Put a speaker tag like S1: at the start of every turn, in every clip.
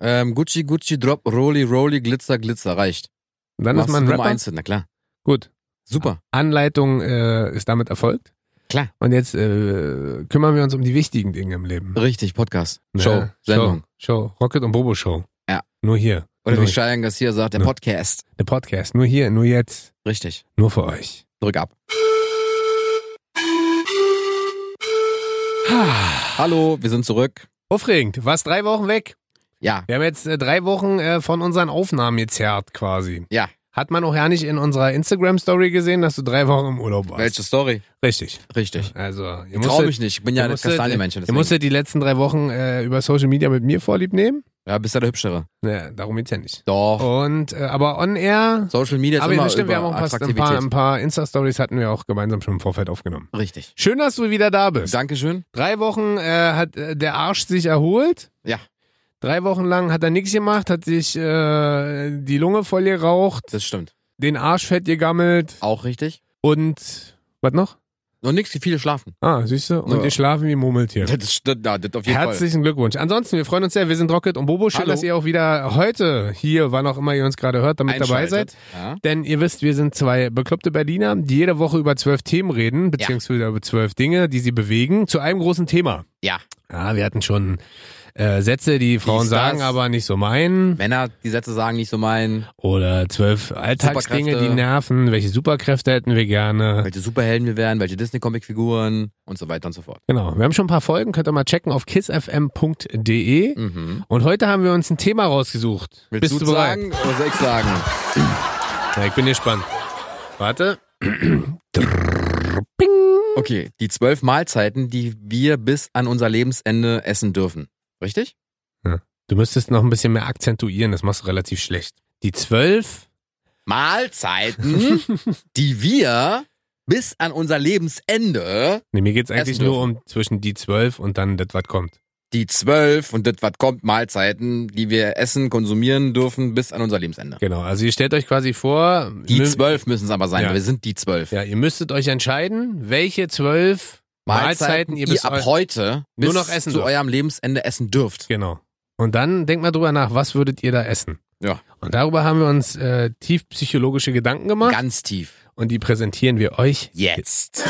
S1: Ähm, Gucci, Gucci, Drop, Rolli, Rolli, Glitzer, Glitzer, reicht.
S2: Und dann
S1: Du
S2: ist
S1: hast
S2: man ein
S1: Nummer
S2: Rapper.
S1: eins, na klar.
S2: Gut.
S1: Super.
S2: Anleitung äh, ist damit erfolgt.
S1: Klar.
S2: Und jetzt äh, kümmern wir uns um die wichtigen Dinge im Leben.
S1: Richtig, Podcast.
S2: Ne?
S1: Show, Sendung.
S2: Show, Show. Rocket und Bobo Show.
S1: Ja.
S2: Nur hier.
S1: Oder
S2: nur
S1: wie Cheyenne Garcia sagt, der
S2: Ja.
S1: Podcast.
S2: Der Podcast. Nur hier, nur jetzt.
S1: Richtig.
S2: Nur für euch.
S1: Drück ab. Hallo, wir sind zurück.
S2: Aufregend. Warst drei Wochen weg.
S1: Ja,
S2: Wir haben jetzt äh, drei Wochen äh, von unseren Aufnahmen gezerrt quasi.
S1: ja.
S2: Hat man auch ja nicht in unserer Instagram-Story gesehen, dass du drei Wochen im Urlaub warst.
S1: Welche Story?
S2: Richtig.
S1: Richtig.
S2: Also, ihr
S1: Ich traue
S2: musstet,
S1: mich nicht. Ich bin ja
S2: ihr
S1: das
S2: musstet-
S1: Kastanienmännchen.
S2: ihr musstet die letzten drei Wochen äh, über Social Media mit mir vorlieb nehmen.
S1: deswegen. Ja, bist ja der Hübschere.
S2: Naja, darum geht's ja nicht.
S1: Doch.
S2: Und, äh, aber on air.
S1: Social Media ist
S2: aber
S1: immer
S2: das stimmt,
S1: über
S2: wir haben auch ein paar, ein
S1: Attraktivität.
S2: paar, ein paar Insta-Stories hatten wir auch gemeinsam schon im Vorfeld aufgenommen.
S1: Richtig.
S2: Schön, dass du wieder da bist.
S1: Dankeschön.
S2: Drei Wochen äh, hat äh, der Arsch sich erholt.
S1: Ja,
S2: Drei Wochen lang hat er nichts gemacht, hat sich äh, die Lunge voll geraucht,
S1: das stimmt.
S2: den Arsch fett gegammelt
S1: Auch richtig.
S2: und was noch?
S1: Und nix, die viele schlafen.
S2: Ah, siehst du? Und
S1: Ja.
S2: wir schlafen wie Murmeltier.
S1: Das, ist- das, das auf jeden Fall.
S2: Herzlichen Glückwunsch. Ansonsten, wir freuen uns sehr. Wir sind Rocket und Bobo. Schön,
S1: Hallo.
S2: dass ihr auch wieder heute hier, wann auch immer ihr uns gerade hört, damit dabei seid.
S1: Einschaltet. Ja.
S2: Denn ihr wisst, wir sind zwei bekloppte Berliner, die jede Woche über zwölf Themen reden, beziehungsweise über zwölf Dinge, die sie bewegen, zu einem großen Thema.
S1: ja.
S2: Ja, wir hatten schon äh, Sätze, die Frauen
S1: Dies,
S2: sagen,
S1: das.
S2: aber nicht so meinen.
S1: Männer, die Sätze sagen nicht so meinen.
S2: Oder zwölf Alltagsdinge, die
S1: Superkräfte.
S2: nerven. Welche Superkräfte hätten wir gerne?
S1: Welche Superhelden wir wären, welche Disney-Comic-Figuren und so weiter und so fort.
S2: Genau. Wir haben schon ein paar Folgen, könnt ihr mal checken auf kissfm.de.
S1: Mhm.
S2: Und heute haben wir uns ein Thema rausgesucht.
S1: Willst
S2: Bist
S1: du
S2: du bereit?
S1: sagen oder soll ich sagen?
S2: Ja, ich bin gespannt. Warte.
S1: Okay, die zwölf Mahlzeiten, die wir bis an unser Lebensende essen dürfen. Richtig?
S2: Du müsstest noch ein bisschen mehr akzentuieren, das machst du relativ schlecht. Die zwölf.
S1: Mahlzeiten, die wir bis an unser Lebensende,
S2: Nee, mir geht's eigentlich
S1: Essen
S2: nur um zwischen die zwölf und dann das, was kommt.
S1: die zwölf und das, was kommt, Mahlzeiten, die wir essen, konsumieren dürfen bis an unser Lebensende.
S2: Genau, also ihr stellt euch quasi vor,
S1: Die
S2: mü-
S1: zwölf müssen es aber sein,
S2: Ja.
S1: weil wir sind die zwölf.
S2: ja, ihr müsstet euch entscheiden, welche zwölf Mahlzeiten, ihr bis
S1: ab
S2: eu-
S1: heute
S2: nur
S1: bis
S2: noch essen
S1: zu
S2: dürft.
S1: eurem Lebensende essen dürft.
S2: Genau. Und dann denkt mal drüber nach, was würdet ihr da essen?
S1: Ja.
S2: Und darüber haben wir uns äh, tief psychologische Gedanken gemacht
S1: Ganz tief.
S2: und die präsentieren wir euch
S1: Jetzt.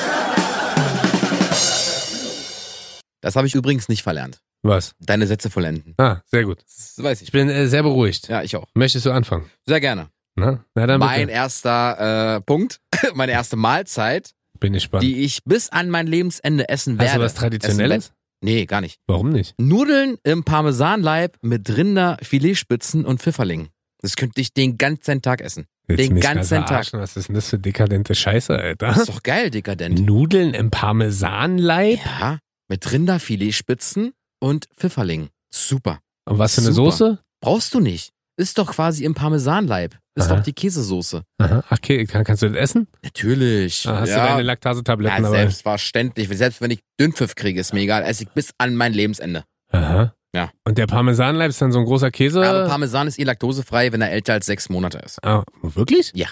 S1: Das habe ich übrigens nicht verlernt.
S2: Was?
S1: Deine Sätze vollenden.
S2: Ah, sehr gut.
S1: Das weiß
S2: Ich
S1: ich.
S2: bin äh, sehr beruhigt.
S1: Ja, ich auch.
S2: Möchtest du anfangen?
S1: Sehr gerne.
S2: Na, Na dann
S1: Mein
S2: bitte.
S1: erster äh, Punkt, meine erste Mahlzeit,
S2: bin ich gespannt.
S1: die ich bis an mein Lebensende essen werde.
S2: Hast du was
S1: Essen
S2: Traditionelles?
S1: werd- Nee, gar nicht.
S2: Warum nicht?
S1: Nudeln im Parmesanleib mit Rinder, Filetspitzen und Pfifferlingen. Das könnte ich den ganzen Tag essen. Den
S2: mich
S1: ganzen
S2: grad verarschen. Was ist denn das für dekadente Scheiße,
S1: Das
S2: Alter?
S1: ist doch geil,
S2: Mhm.
S1: dekadent.
S2: Nudeln im Parmesanleib?
S1: Ja, mit Rinderfiletspitzen und Pfifferlingen. Super.
S2: Und was für eine
S1: Super.
S2: Soße?
S1: Brauchst du nicht. Ist doch quasi im Parmesanleib. Ist
S2: Aha.
S1: doch die Käsesoße.
S2: Aha. Ach, okay, kann, kannst du das essen?
S1: Natürlich.
S2: Ah, hast du deine Laktasetabletten
S1: ja,
S2: dabei?
S1: selbstverständlich. Selbst wenn ich Dünnpfiff kriege, ist mir egal. Esse ich bis an mein Lebensende.
S2: Aha.
S1: Ja.
S2: Und der Parmesanleib ist dann so ein großer Käse?
S1: Aber Parmesan ist eh laktosefrei, wenn er älter als sechs Monate ist.
S2: ah, wirklich?
S1: Ja.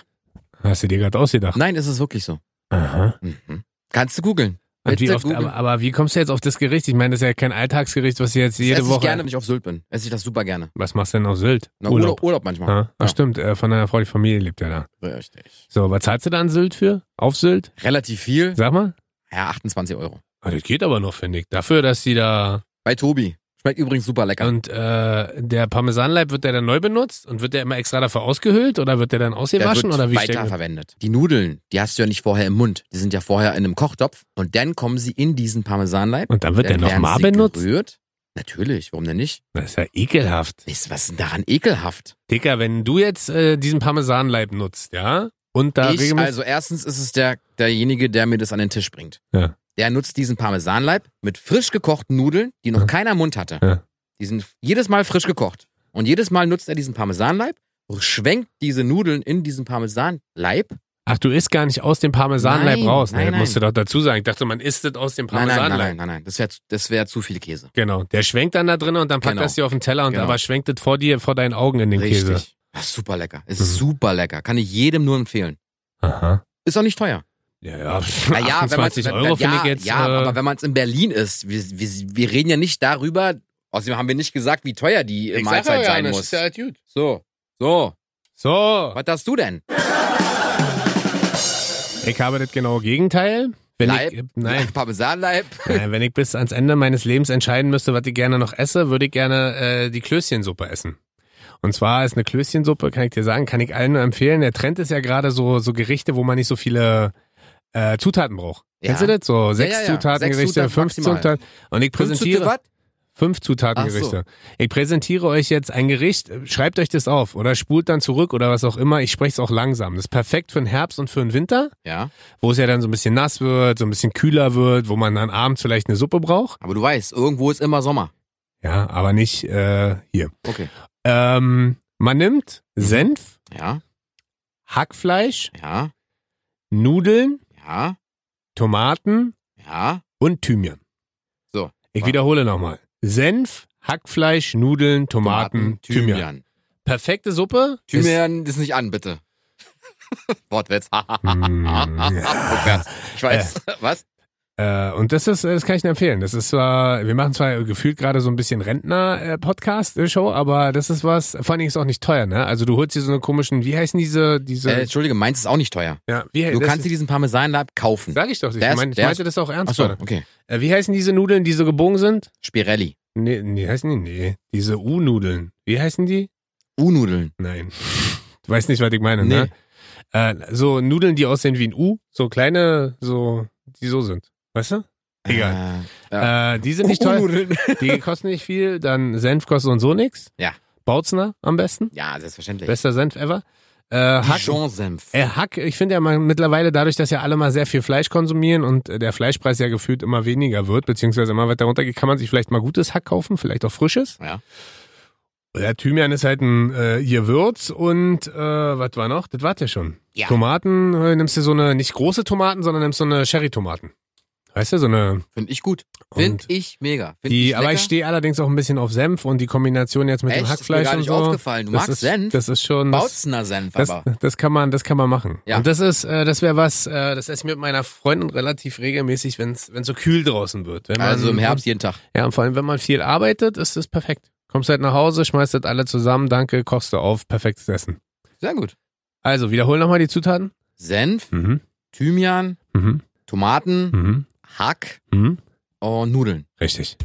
S2: Hast du dir gerade ausgedacht?
S1: Nein, ist es wirklich so.
S2: Aha.
S1: Mhm. Kannst du googeln.
S2: Und wie
S1: Bitte
S2: oft,
S1: googeln.
S2: aber, aber wie kommst du jetzt auf das Gericht? Ich meine, das ist ja kein Alltagsgericht, was du jetzt
S1: Das
S2: jede
S1: esse
S2: Woche.
S1: ich gerne, wenn ich auf Sylt bin. Esse ich das super gerne.
S2: Was machst du denn auf Sylt?
S1: Na, Urlaub. Urlaub manchmal.
S2: Ah, ah,
S1: Ja.
S2: stimmt, äh, von deiner Frau, die Familie lebt ja da.
S1: Richtig.
S2: So, was zahlst du da an Sylt für? Auf Sylt?
S1: Relativ viel.
S2: Sag mal.
S1: Ja, 28 Euro.
S2: Ah, das geht aber noch, finde ich. Dafür, dass die da.
S1: Bei Tobi. Schmeckt übrigens super lecker.
S2: Und äh, der Parmesanleib wird der dann neu benutzt und wird der immer extra dafür ausgehöhlt oder wird der dann
S1: Der
S2: ausgewaschen
S1: wird
S2: oder wie steckt-
S1: weiterverwendet. Die Nudeln, die hast du ja nicht vorher im Mund. Die sind ja vorher in einem Kochtopf und dann kommen sie in diesen Parmesanleib.
S2: Und dann wird der
S1: Dann werden
S2: nochmal
S1: sie
S2: benutzt?
S1: Gerührt. Natürlich, warum denn nicht?
S2: Das ist ja ekelhaft.
S1: Ist was ist denn daran ekelhaft?
S2: Dicker, wenn du jetzt äh, diesen Parmesanleib nutzt, ja? Und da
S1: ich,
S2: regelmäßig.
S1: also erstens ist es der, derjenige, der mir das an den Tisch bringt.
S2: Ja.
S1: Der nutzt diesen Parmesanleib mit frisch gekochten Nudeln, die noch
S2: Ja.
S1: keiner im Mund hatte.
S2: Ja.
S1: Die sind jedes Mal frisch gekocht. Und jedes Mal nutzt er diesen Parmesanleib, schwenkt diese Nudeln in diesen Parmesanleib.
S2: Ach, du isst gar nicht aus dem Parmesanleib
S1: Nein,
S2: raus.
S1: nein,
S2: ne? Das musst du
S1: nein.
S2: doch dazu sagen. Ich dachte, man isst es aus dem
S1: Nein, nein,
S2: Parmesanleib.
S1: nein, nein, nein, nein. Das wäre das wär zu viel Käse.
S2: Genau. Der schwenkt dann da drin und dann packt
S1: Genau.
S2: das dir auf den Teller und
S1: Genau.
S2: aber schwenkt es vor dir, vor deinen Augen in den
S1: Richtig.
S2: Käse.
S1: Das ist super lecker. Es
S2: Mhm.
S1: ist super lecker. Kann ich jedem nur empfehlen.
S2: Aha.
S1: Ist auch nicht teuer.
S2: Ja, ja.
S1: Na ja,
S2: 28
S1: wenn man's- wenn-
S2: Euro
S1: wenn,
S2: finde
S1: ja,
S2: ich jetzt.
S1: Ja,
S2: äh,
S1: aber wenn man es in Berlin ist, wir, wir, wir reden ja nicht darüber, Außerdem haben wir nicht gesagt, wie teuer die äh,
S3: Ich sag
S1: Mahlzeit
S3: ja
S1: sein
S3: nicht,
S1: muss.
S3: Ist ja halt gut.
S1: So, so.
S2: So,
S1: Was hast du denn?
S2: ich habe das genaue Gegenteil. Wenn
S1: Leib?
S2: ich, nein,
S1: Parmesanleib?
S2: nein, wenn ich bis ans Ende meines Lebens entscheiden müsste, was ich gerne noch esse, würde ich gerne äh, die Klößchensuppe essen. Und zwar ist eine Klößchensuppe, kann ich dir sagen, kann ich allen nur empfehlen. Der Trend ist ja gerade so, so Gerichte, wo man nicht so viele äh, Zutaten braucht.
S1: Ja.
S2: Kennst du das? So sechs
S1: ja, ja. Sechs
S2: Zutatengerichte,
S1: Zutaten
S2: fünf
S1: maximal.
S2: Zutaten. Und ich präsentiere.
S1: Was?
S2: Fünf Zutatengerichte. Ich präsentiere euch jetzt ein Gericht. Schreibt euch das auf oder spult dann zurück oder was auch immer. Ich spreche es auch langsam. Das ist perfekt für den Herbst und für den Winter,
S1: Ja,
S2: wo es ja dann so ein bisschen nass wird, so ein bisschen kühler wird, wo man dann abends vielleicht eine Suppe braucht.
S1: aber du weißt, irgendwo ist immer Sommer.
S2: Ja, aber nicht äh, hier.
S1: Okay.
S2: Ähm, man nimmt Senf,
S1: Ja,
S2: Hackfleisch,
S1: ja,
S2: Nudeln,
S1: ja,
S2: Tomaten
S1: ja.
S2: und Thymian.
S1: So.
S2: Ich wiederhole nochmal. Senf, Hackfleisch, Nudeln, Tomaten, Thymian.
S1: Thymian.
S2: Perfekte Suppe. ist-
S1: Thymian ist nicht an, bitte. Wortwitz.
S2: Mm, ja.
S1: Rückwärts. Ich weiß. Was?
S2: Äh, und das ist, das kann ich nur empfehlen. Das ist zwar, wir machen zwar gefühlt gerade so ein bisschen Rentner-Podcast-Show, aber das ist was, vor allen Dingen ist auch nicht teuer, ne? Also du holst dir so eine komischen, wie heißen diese, diese,
S1: Äh, Entschuldige, meins ist auch nicht teuer.
S2: ja, wie
S1: Du
S2: das-
S1: kannst dir diesen Parmesanleib kaufen.
S2: Sag ich doch, ich,
S1: Der ist-
S2: mein, ich
S1: der
S2: meinte das auch ernst.
S1: Achso,
S2: gerade.
S1: okay.
S2: Äh, wie heißen diese Nudeln, die so gebogen sind?
S1: Spirelli.
S2: Nee, nee, heißen die? Nee. Diese U-Nudeln. Wie heißen die?
S1: U-Nudeln.
S2: Nein. Du weißt nicht, was ich meine, ne? Äh, so Nudeln, die aussehen wie ein U, so kleine, so, die so sind. Weißt du? Egal.
S1: Äh, ja.
S2: Äh, die sind nicht teuer.
S1: U-Nudeln.
S2: Die kosten nicht viel, dann Senf kostet so und so nix.
S1: Ja.
S2: Bautzner am besten.
S1: Ja, selbstverständlich.
S2: Bester Senf ever. Äh, Hack,
S1: Dijon-Senf.
S2: äh, Hack, ich finde ja mal mittlerweile dadurch, dass ja alle mal sehr viel Fleisch konsumieren und äh, der Fleischpreis ja gefühlt immer weniger wird, beziehungsweise immer weiter runtergeht, kann man sich vielleicht mal gutes Hack kaufen, vielleicht auch frisches.
S1: Ja.
S2: Der Thymian ist halt ein äh, Gewürz und äh, was war noch? Das war ja schon.
S1: Ja.
S2: Tomaten, äh, nimmst du so eine, nicht große Tomaten, sondern nimmst so eine Sherry-Tomaten. Weißt du, so eine.
S1: Finde ich gut.
S2: und-
S1: Finde ich mega. Find
S2: die,
S1: ich
S2: aber ich
S1: lecker.
S2: stehe allerdings auch ein bisschen auf Senf und die Kombination jetzt mit
S1: Echt?
S2: dem
S1: Ist mir
S2: Hackfleisch
S1: gar
S2: und
S1: nicht
S2: so.
S1: aufgefallen. Du
S2: das
S1: magst
S2: ist,
S1: Senf?
S2: Das ist schon das,
S1: Bautzner Senf
S2: das,
S1: aber.
S2: das kann man, das kann man machen.
S1: Ja.
S2: Und das ist, äh, das wäre was, äh, das esse ich mit meiner Freundin relativ regelmäßig, wenn es so kühl draußen wird. Wenn man,
S1: Also im Herbst jeden Tag.
S2: Ja, und vor allem, wenn man viel arbeitet, ist das perfekt. Kommst halt nach Hause, schmeißt das alle zusammen, danke, kochst du auf, perfektes Essen.
S1: Sehr gut.
S2: Also, wiederhol nochmal die Zutaten.
S1: Senf,
S2: Mhm.
S1: Thymian,
S2: Mhm.
S1: Tomaten,
S2: Mhm.
S1: Hack
S2: Mhm.
S1: und Nudeln.
S2: Richtig.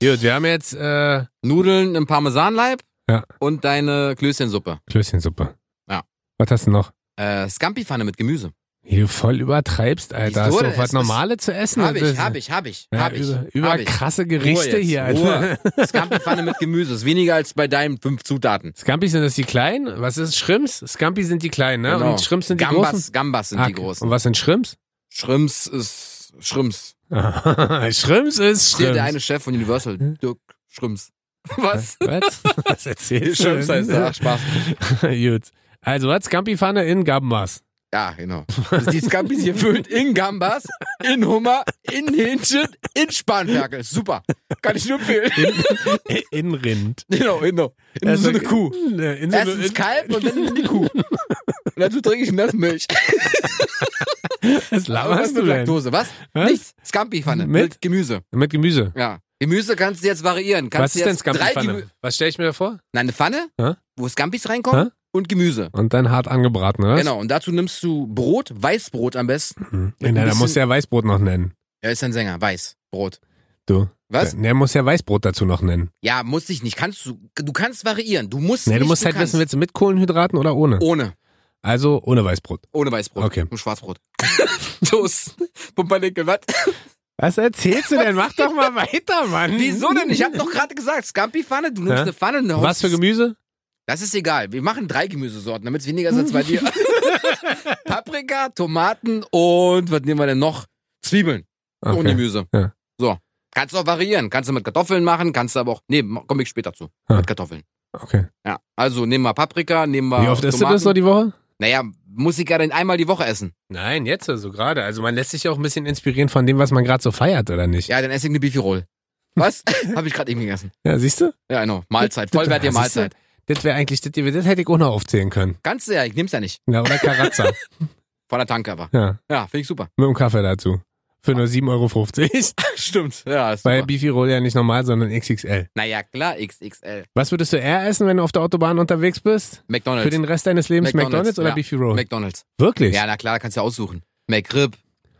S2: Gut, wir haben jetzt äh,
S1: Nudeln im Parmesanleib
S2: Ja.
S1: und deine Klößchensuppe.
S2: Klößchensuppe.
S1: Ja.
S2: Was hast du noch?
S1: Äh, Scampi-Pfanne mit Gemüse.
S2: Wie du voll übertreibst, Alter.
S1: Wieso
S2: Hast du
S1: denn?
S2: auch was
S1: Es
S2: Normales zu essen?
S1: Habe
S2: Das
S1: ich,
S2: ist-
S1: habe ich, habe ich,
S2: Ja,
S1: habe ich.
S2: über über
S1: hab ich.
S2: krasse Gerichte
S1: Ruhe jetzt,
S2: hier, Alter.
S1: Ruhe. Scampi-Pfanne mit Gemüse ist weniger als bei deinen fünf Zutaten.
S2: Scampi sind das die kleinen? Was ist Schrimps? Scampi sind die kleinen, ne?
S1: Genau.
S2: Und Schrimps sind die
S1: Gambas,
S2: großen?
S1: Gambas sind
S2: Ah,
S1: die großen.
S2: Und was sind Schrimps?
S1: Schrimps ist Schrimps.
S2: Schrimps ist
S1: Steht der eine
S2: Schrimps. Hm?
S1: Chef von Universal, Dirk Schrimps. Was?
S2: Was? Was erzählst du?
S1: Schrimps heißt er. Ach, Spaß.
S2: Gut. Also, was? Scampi-Pfanne in Gambas.
S1: Ja, genau. Die Scampis hier füllt in Gambas, in Hummer, in Hähnchen, in Spanferkel. Super. Kann ich nur empfehlen.
S2: In Rind. Also,
S1: Genau, genau. In so eine Kuh.
S2: In so
S1: Erst ins
S2: eine,
S1: Kalb und dann in die Kuh. Und dazu trinke ich Nassmilch.
S2: was laberst
S1: mit
S2: du denn?
S1: Laktose. Was?
S2: Was?
S1: Nichts. Scampi-Pfanne.
S2: Mit?
S1: Mit? Gemüse.
S2: Mit Gemüse.
S1: Ja. Gemüse kannst du jetzt variieren. Kannst
S2: Was
S1: du
S2: ist denn
S1: jetzt drei
S2: Scampi-Pfanne?
S1: Gemü-
S2: Was stelle ich mir da vor?
S1: Nein, eine Pfanne,
S2: Hä?
S1: wo Scampis reinkommen
S2: Hä?
S1: und Gemüse.
S2: Und dann hart angebraten, oder? was?
S1: Genau, und dazu nimmst du Brot, Weißbrot am besten.
S2: Mhm.
S1: Mit ein
S2: Na, da
S1: bisschen-
S2: musst du ja Weißbrot noch nennen.
S1: Er ist ein Sänger, Weißbrot.
S2: Du.
S1: Was?
S2: Ne, musst ja Weißbrot dazu noch nennen.
S1: Ja, muss ich nicht. Kannst du, du kannst variieren. Du musst
S2: Ne,
S1: nicht,
S2: du musst halt
S1: kannst.
S2: wissen, willst du mit Kohlenhydraten oder ohne?
S1: Ohne,
S2: Also ohne Weißbrot.
S1: ohne Weißbrot.
S2: Okay.
S1: Und Schwarzbrot. Toast. Pumpernickel, was?
S2: Was erzählst du denn? Mach doch mal weiter, Mann.
S1: Wieso denn? Ich habe doch gerade gesagt, Scampi-Pfanne, du nimmst
S2: Hä?
S1: eine Pfanne und eine
S2: Was für Gemüse?
S1: Das ist egal. Wir machen drei Gemüsesorten, damit es weniger ist als bei dir. Paprika, Tomaten und was nehmen wir denn noch? Zwiebeln und
S2: Okay.
S1: Gemüse.
S2: Ja.
S1: So. Kannst du auch variieren. Kannst du mit Kartoffeln machen, kannst du aber auch. Nee, ma- komm ich später zu.
S2: Ah.
S1: Mit Kartoffeln.
S2: okay.
S1: Ja. Also nehmen wir Paprika, nehmen wir.
S2: Wie oft isst du
S1: Tomaten.
S2: das so die Woche?
S1: Naja, muss ich ja dann einmal die Woche essen.
S2: Nein, jetzt so gerade. Also man lässt sich ja auch ein bisschen inspirieren von dem, was man gerade so feiert, oder nicht?
S1: Ja, dann esse ich eine Bifirol. Was? Habe ich gerade eben gegessen.
S2: ja siehst du?
S1: Ja, genau. Mahlzeit. Vollwertige
S2: Ja, siehst du?
S1: Mahlzeit.
S2: Das wäre eigentlich, das, das hätte ich auch noch aufzählen können.
S1: Kannst du ja, ich nehm's ja nicht.
S2: Ja, oder Karazza.
S1: Von der Tanke aber.
S2: ja,
S1: Ja, finde ich super.
S2: mit dem Kaffee dazu. Für
S1: Ah.
S2: nur 7,50 Euro.
S1: Stimmt. Ja, ist
S2: Weil
S1: super.
S2: Beefy Roll ja nicht normal, sondern XXL.
S1: Naja, klar, XXL.
S2: Was würdest du eher essen, wenn du auf der Autobahn unterwegs bist?
S1: McDonalds.
S2: Für den Rest deines Lebens McDonald's, oder
S1: ja.
S2: Beefy Roll?
S1: McDonalds.
S2: Wirklich?
S1: Ja, na klar, da kannst du ja aussuchen. McRib,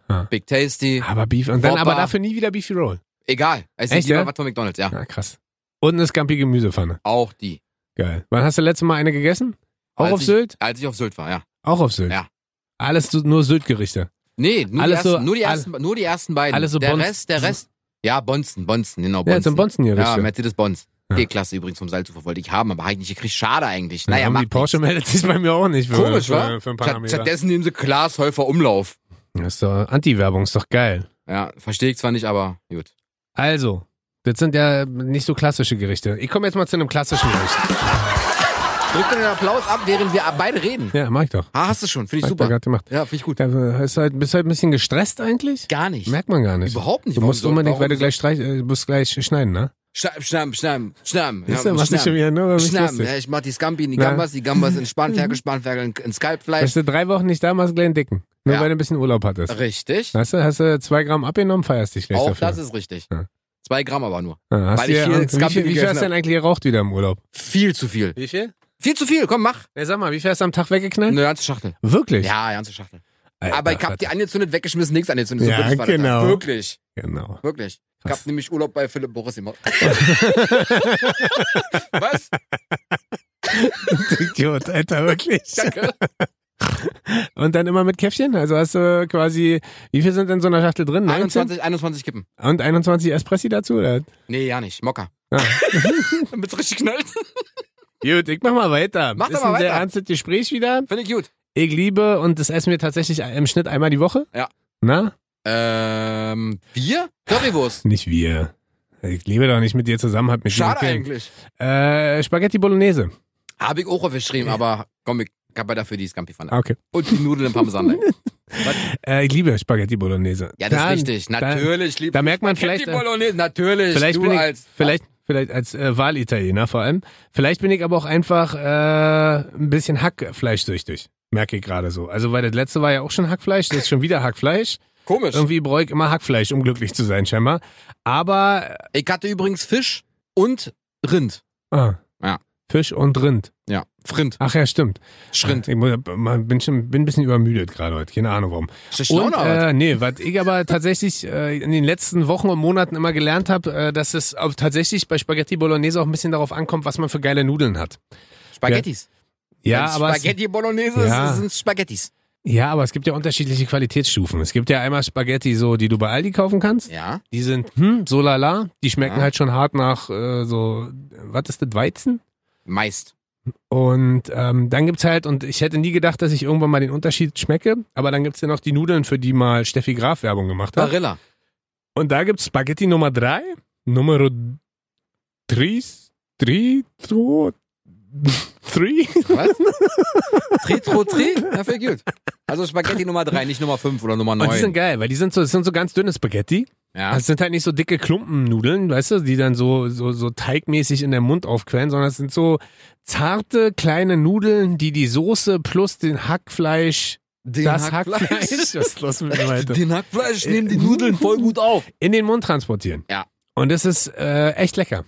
S2: Ah.
S1: Big Tasty,
S2: Aber Beef und dann
S1: Whopper.
S2: aber dafür nie wieder Beefy Roll.
S1: egal. Es ist
S2: Echt,
S1: lieber
S2: ja?
S1: was von McDonalds, ja.
S2: Na krass. Und eine Scampi Gemüsepfanne.
S1: Auch die.
S2: Geil. Wann hast du letzte Mal eine gegessen? Auch
S1: Als
S2: auf
S1: ich-
S2: Sylt?
S1: Als ich auf Sylt war, ja.
S2: Auch auf Sylt.
S1: Ja.
S2: Alles so- nur Sylt-Gerichte.
S1: Nee, nur,
S2: Alles
S1: die,
S2: so-
S1: ersten, nur, die,
S2: all-
S1: ersten, nur die ersten beiden.
S2: alles so
S1: der
S2: Bonz-
S1: Rest, der Rest. Ja, Bonzen, Bonzen, genau.
S2: Ja, zum
S1: Ja,
S2: Bonzen-Gerichte.
S1: Mercedes Bonz.
S2: Ja.
S1: G-Klasse übrigens um vom Salzufer wollte ich haben, aber habe ich nicht gekriegt. Schade eigentlich.
S2: Ja,
S1: Naja,
S2: irgendwie
S1: macht
S2: Porsche meldet sich bei mir auch nicht. Für,
S1: nichts. Komisch,
S2: für,
S1: wa?
S2: Für ein
S1: Statt-
S2: Parameter.
S1: Stattdessen nehmen sie Glashäufer Umlauf.
S2: Das ist doch Anti-Werbung, ist doch geil.
S1: Ja, verstehe ich zwar nicht, aber gut.
S2: Also, das sind ja nicht so klassische Gerichte. Ich komme jetzt mal zu einem klassischen Gericht.
S1: Drück doch den Applaus ab, während wir beide reden.
S2: Ja, mach ich doch.
S1: Ah, hast du schon. Finde ich
S2: Hab ich doch
S1: super.
S2: gerade gemacht.
S1: Ja, finde ich gut.
S2: Da bist du halt, bist du halt ein bisschen gestresst eigentlich?
S1: Gar nicht.
S2: Merkt man gar nicht.
S1: Überhaupt nicht.
S2: Du
S1: Warum
S2: musst
S1: soll-
S2: unbedingt,
S1: warum
S2: weil du
S1: soll-
S2: gleich, streich- äh, du musst gleich schneiden, ne?
S1: Schnappen, schnappen, schnappen, schnappen.
S2: Siehst du, machst du
S1: schnappen.
S2: schon wieder nur, weil mich
S1: Schnappen.
S2: lustig.
S1: Ja, ich mach die Scampi in die
S2: Na.
S1: Gambas, die Gambas in Spanferkel, Spanferkel in, in Skalpfleisch.
S2: Bist du drei Wochen nicht da, machst gleich einen Dicken. Nur
S1: Ja.
S2: weil du ein bisschen Urlaub hattest.
S1: Richtig.
S2: Hast du, hast du zwei Gramm abgenommen, feierst dich gleich
S1: Auch
S2: dafür.
S1: das ist richtig.
S2: Ja.
S1: Zwei Gramm aber nur.
S2: Ja, hast
S1: weil
S2: du
S1: ich
S2: ja-
S1: viel
S2: und wie
S1: Scampi
S2: viel, wie viel
S1: gegessen
S2: hast du denn eigentlich geraucht wieder im Urlaub?
S1: Viel zu viel.
S2: Wie viel?
S1: Viel zu viel, komm, mach.
S2: Ja, sag mal, wie viel hast du am Tag weggeknallt?
S1: Eine ganze Schachtel.
S2: Wirklich?
S1: Ja, eine ganze Schachtel.
S2: Alter,
S1: aber ich hab die
S2: Vater.
S1: angezündet, weggeschmissen, nichts angezündet. So
S2: Ja,
S1: wirklich war das.
S2: genau.
S1: Wirklich,
S2: Genau.
S1: wirklich. Ich
S2: Krass.
S1: hab nämlich Urlaub bei Philipp Boris gemacht. Was?
S2: Idiot, Alter, wirklich.
S1: Danke.
S2: Und dann immer mit Käffchen? Also hast du quasi, wie viel sind in so einer Schachtel drin? 19?
S1: 21, 21 Kippen.
S2: Und 21 Espressi dazu? Oder?
S1: Nee, ja nicht. Mocker.
S2: Ja.
S1: Damit's richtig knallt.
S2: Gut, ich mach mal weiter.
S1: Mach
S2: ist
S1: doch mal
S2: ein sehr
S1: weiter.
S2: ernstes Gespräch wieder.
S1: Finde ich gut.
S2: Ich liebe, und das essen wir tatsächlich im Schnitt einmal die Woche.
S1: Ja.
S2: Na?
S1: Ähm, Bier? Currywurst.
S2: Nicht wir. Ich lebe doch nicht mit dir zusammen, hat mich
S1: Schade
S2: nicht
S1: eigentlich.
S2: Äh, Spaghetti Bolognese.
S1: Habe ich auch aufgeschrieben, aber komm, ich hab ja dafür die Scampi-Pfanne.
S2: Ah, Okay.
S1: Und die Nudeln im Parmesan.
S2: Äh, ich liebe Spaghetti Bolognese.
S1: Ja, das
S2: Dann-
S1: ist richtig. Natürlich, lieb.
S2: Da merkt man
S1: Kennt
S2: vielleicht,
S1: die
S2: äh,
S1: Bolognese, natürlich.
S2: vielleicht
S1: du
S2: bin ich,
S1: als,
S2: vielleicht, vielleicht als äh, Wahlitaliener vor allem. Vielleicht bin ich aber auch einfach äh, ein bisschen Hackfleischsüchtig. Merke ich gerade so. Also, weil das letzte war ja auch schon Hackfleisch, das ist schon wieder Hackfleisch.
S1: Komisch.
S2: Irgendwie brauche ich immer Hackfleisch, um glücklich zu sein, scheinbar. Aber,
S1: Ich hatte übrigens Fisch und Rind.
S2: äh, ah,
S1: Ja.
S2: Fisch und Rind.
S1: Ja, Frind.
S2: Ach ja, stimmt.
S1: Schrind.
S2: Ich muss- man- bin, schon, bin ein bisschen übermüdet gerade heute, keine Ahnung warum.
S1: Ist
S2: Und,
S1: Schlauner,
S2: äh, nee, was ich aber tatsächlich äh, in den letzten Wochen und Monaten immer gelernt habe, äh, dass es auch tatsächlich bei Spaghetti Bolognese auch ein bisschen darauf ankommt, was man für geile Nudeln hat.
S1: Spaghettis.
S2: äh, Ja,
S1: Wenn's
S2: aber es,
S1: Spaghetti Bolognese
S2: Ja.
S1: ja. sind Spaghettis.
S2: ja, aber es gibt ja unterschiedliche Qualitätsstufen. Es gibt ja einmal Spaghetti, so die du bei Aldi kaufen kannst.
S1: Ja.
S2: Die sind hm, so lala, die schmecken
S1: Ja.
S2: halt schon hart nach äh, so, was ist das, Weizen?
S1: Meist.
S2: Und ähm, dann gibt's halt, und ich hätte nie gedacht, dass ich irgendwann mal den Unterschied schmecke, aber dann gibt's ja noch die Nudeln, für die mal Steffi Graf Werbung gemacht hat.
S1: Barilla.
S2: Und da gibt's Spaghetti Nummer drei, Numero Tris, Tri, Tro, Three.
S1: Was? Tri, tro, tri? Ja, viel gut. Also Spaghetti Nummer 3, nicht Nummer 5 oder Nummer
S2: Und die sind
S1: 9.
S2: geil, weil die sind so, das sind so ganz dünne Spaghetti.
S1: Ja.
S2: Also es sind halt nicht so dicke Klumpennudeln, weißt du, die dann so, so, so teigmäßig in der Mund aufquellen, sondern es sind so zarte kleine Nudeln, die die Soße plus den Hackfleisch,
S1: Den
S2: das Hackfleisch, was ist los mit mir heute?
S1: Den Hackfleisch nehmen die Nudeln voll gut auf.
S2: in den Mund transportieren.
S1: Ja.
S2: Und das ist äh, echt lecker.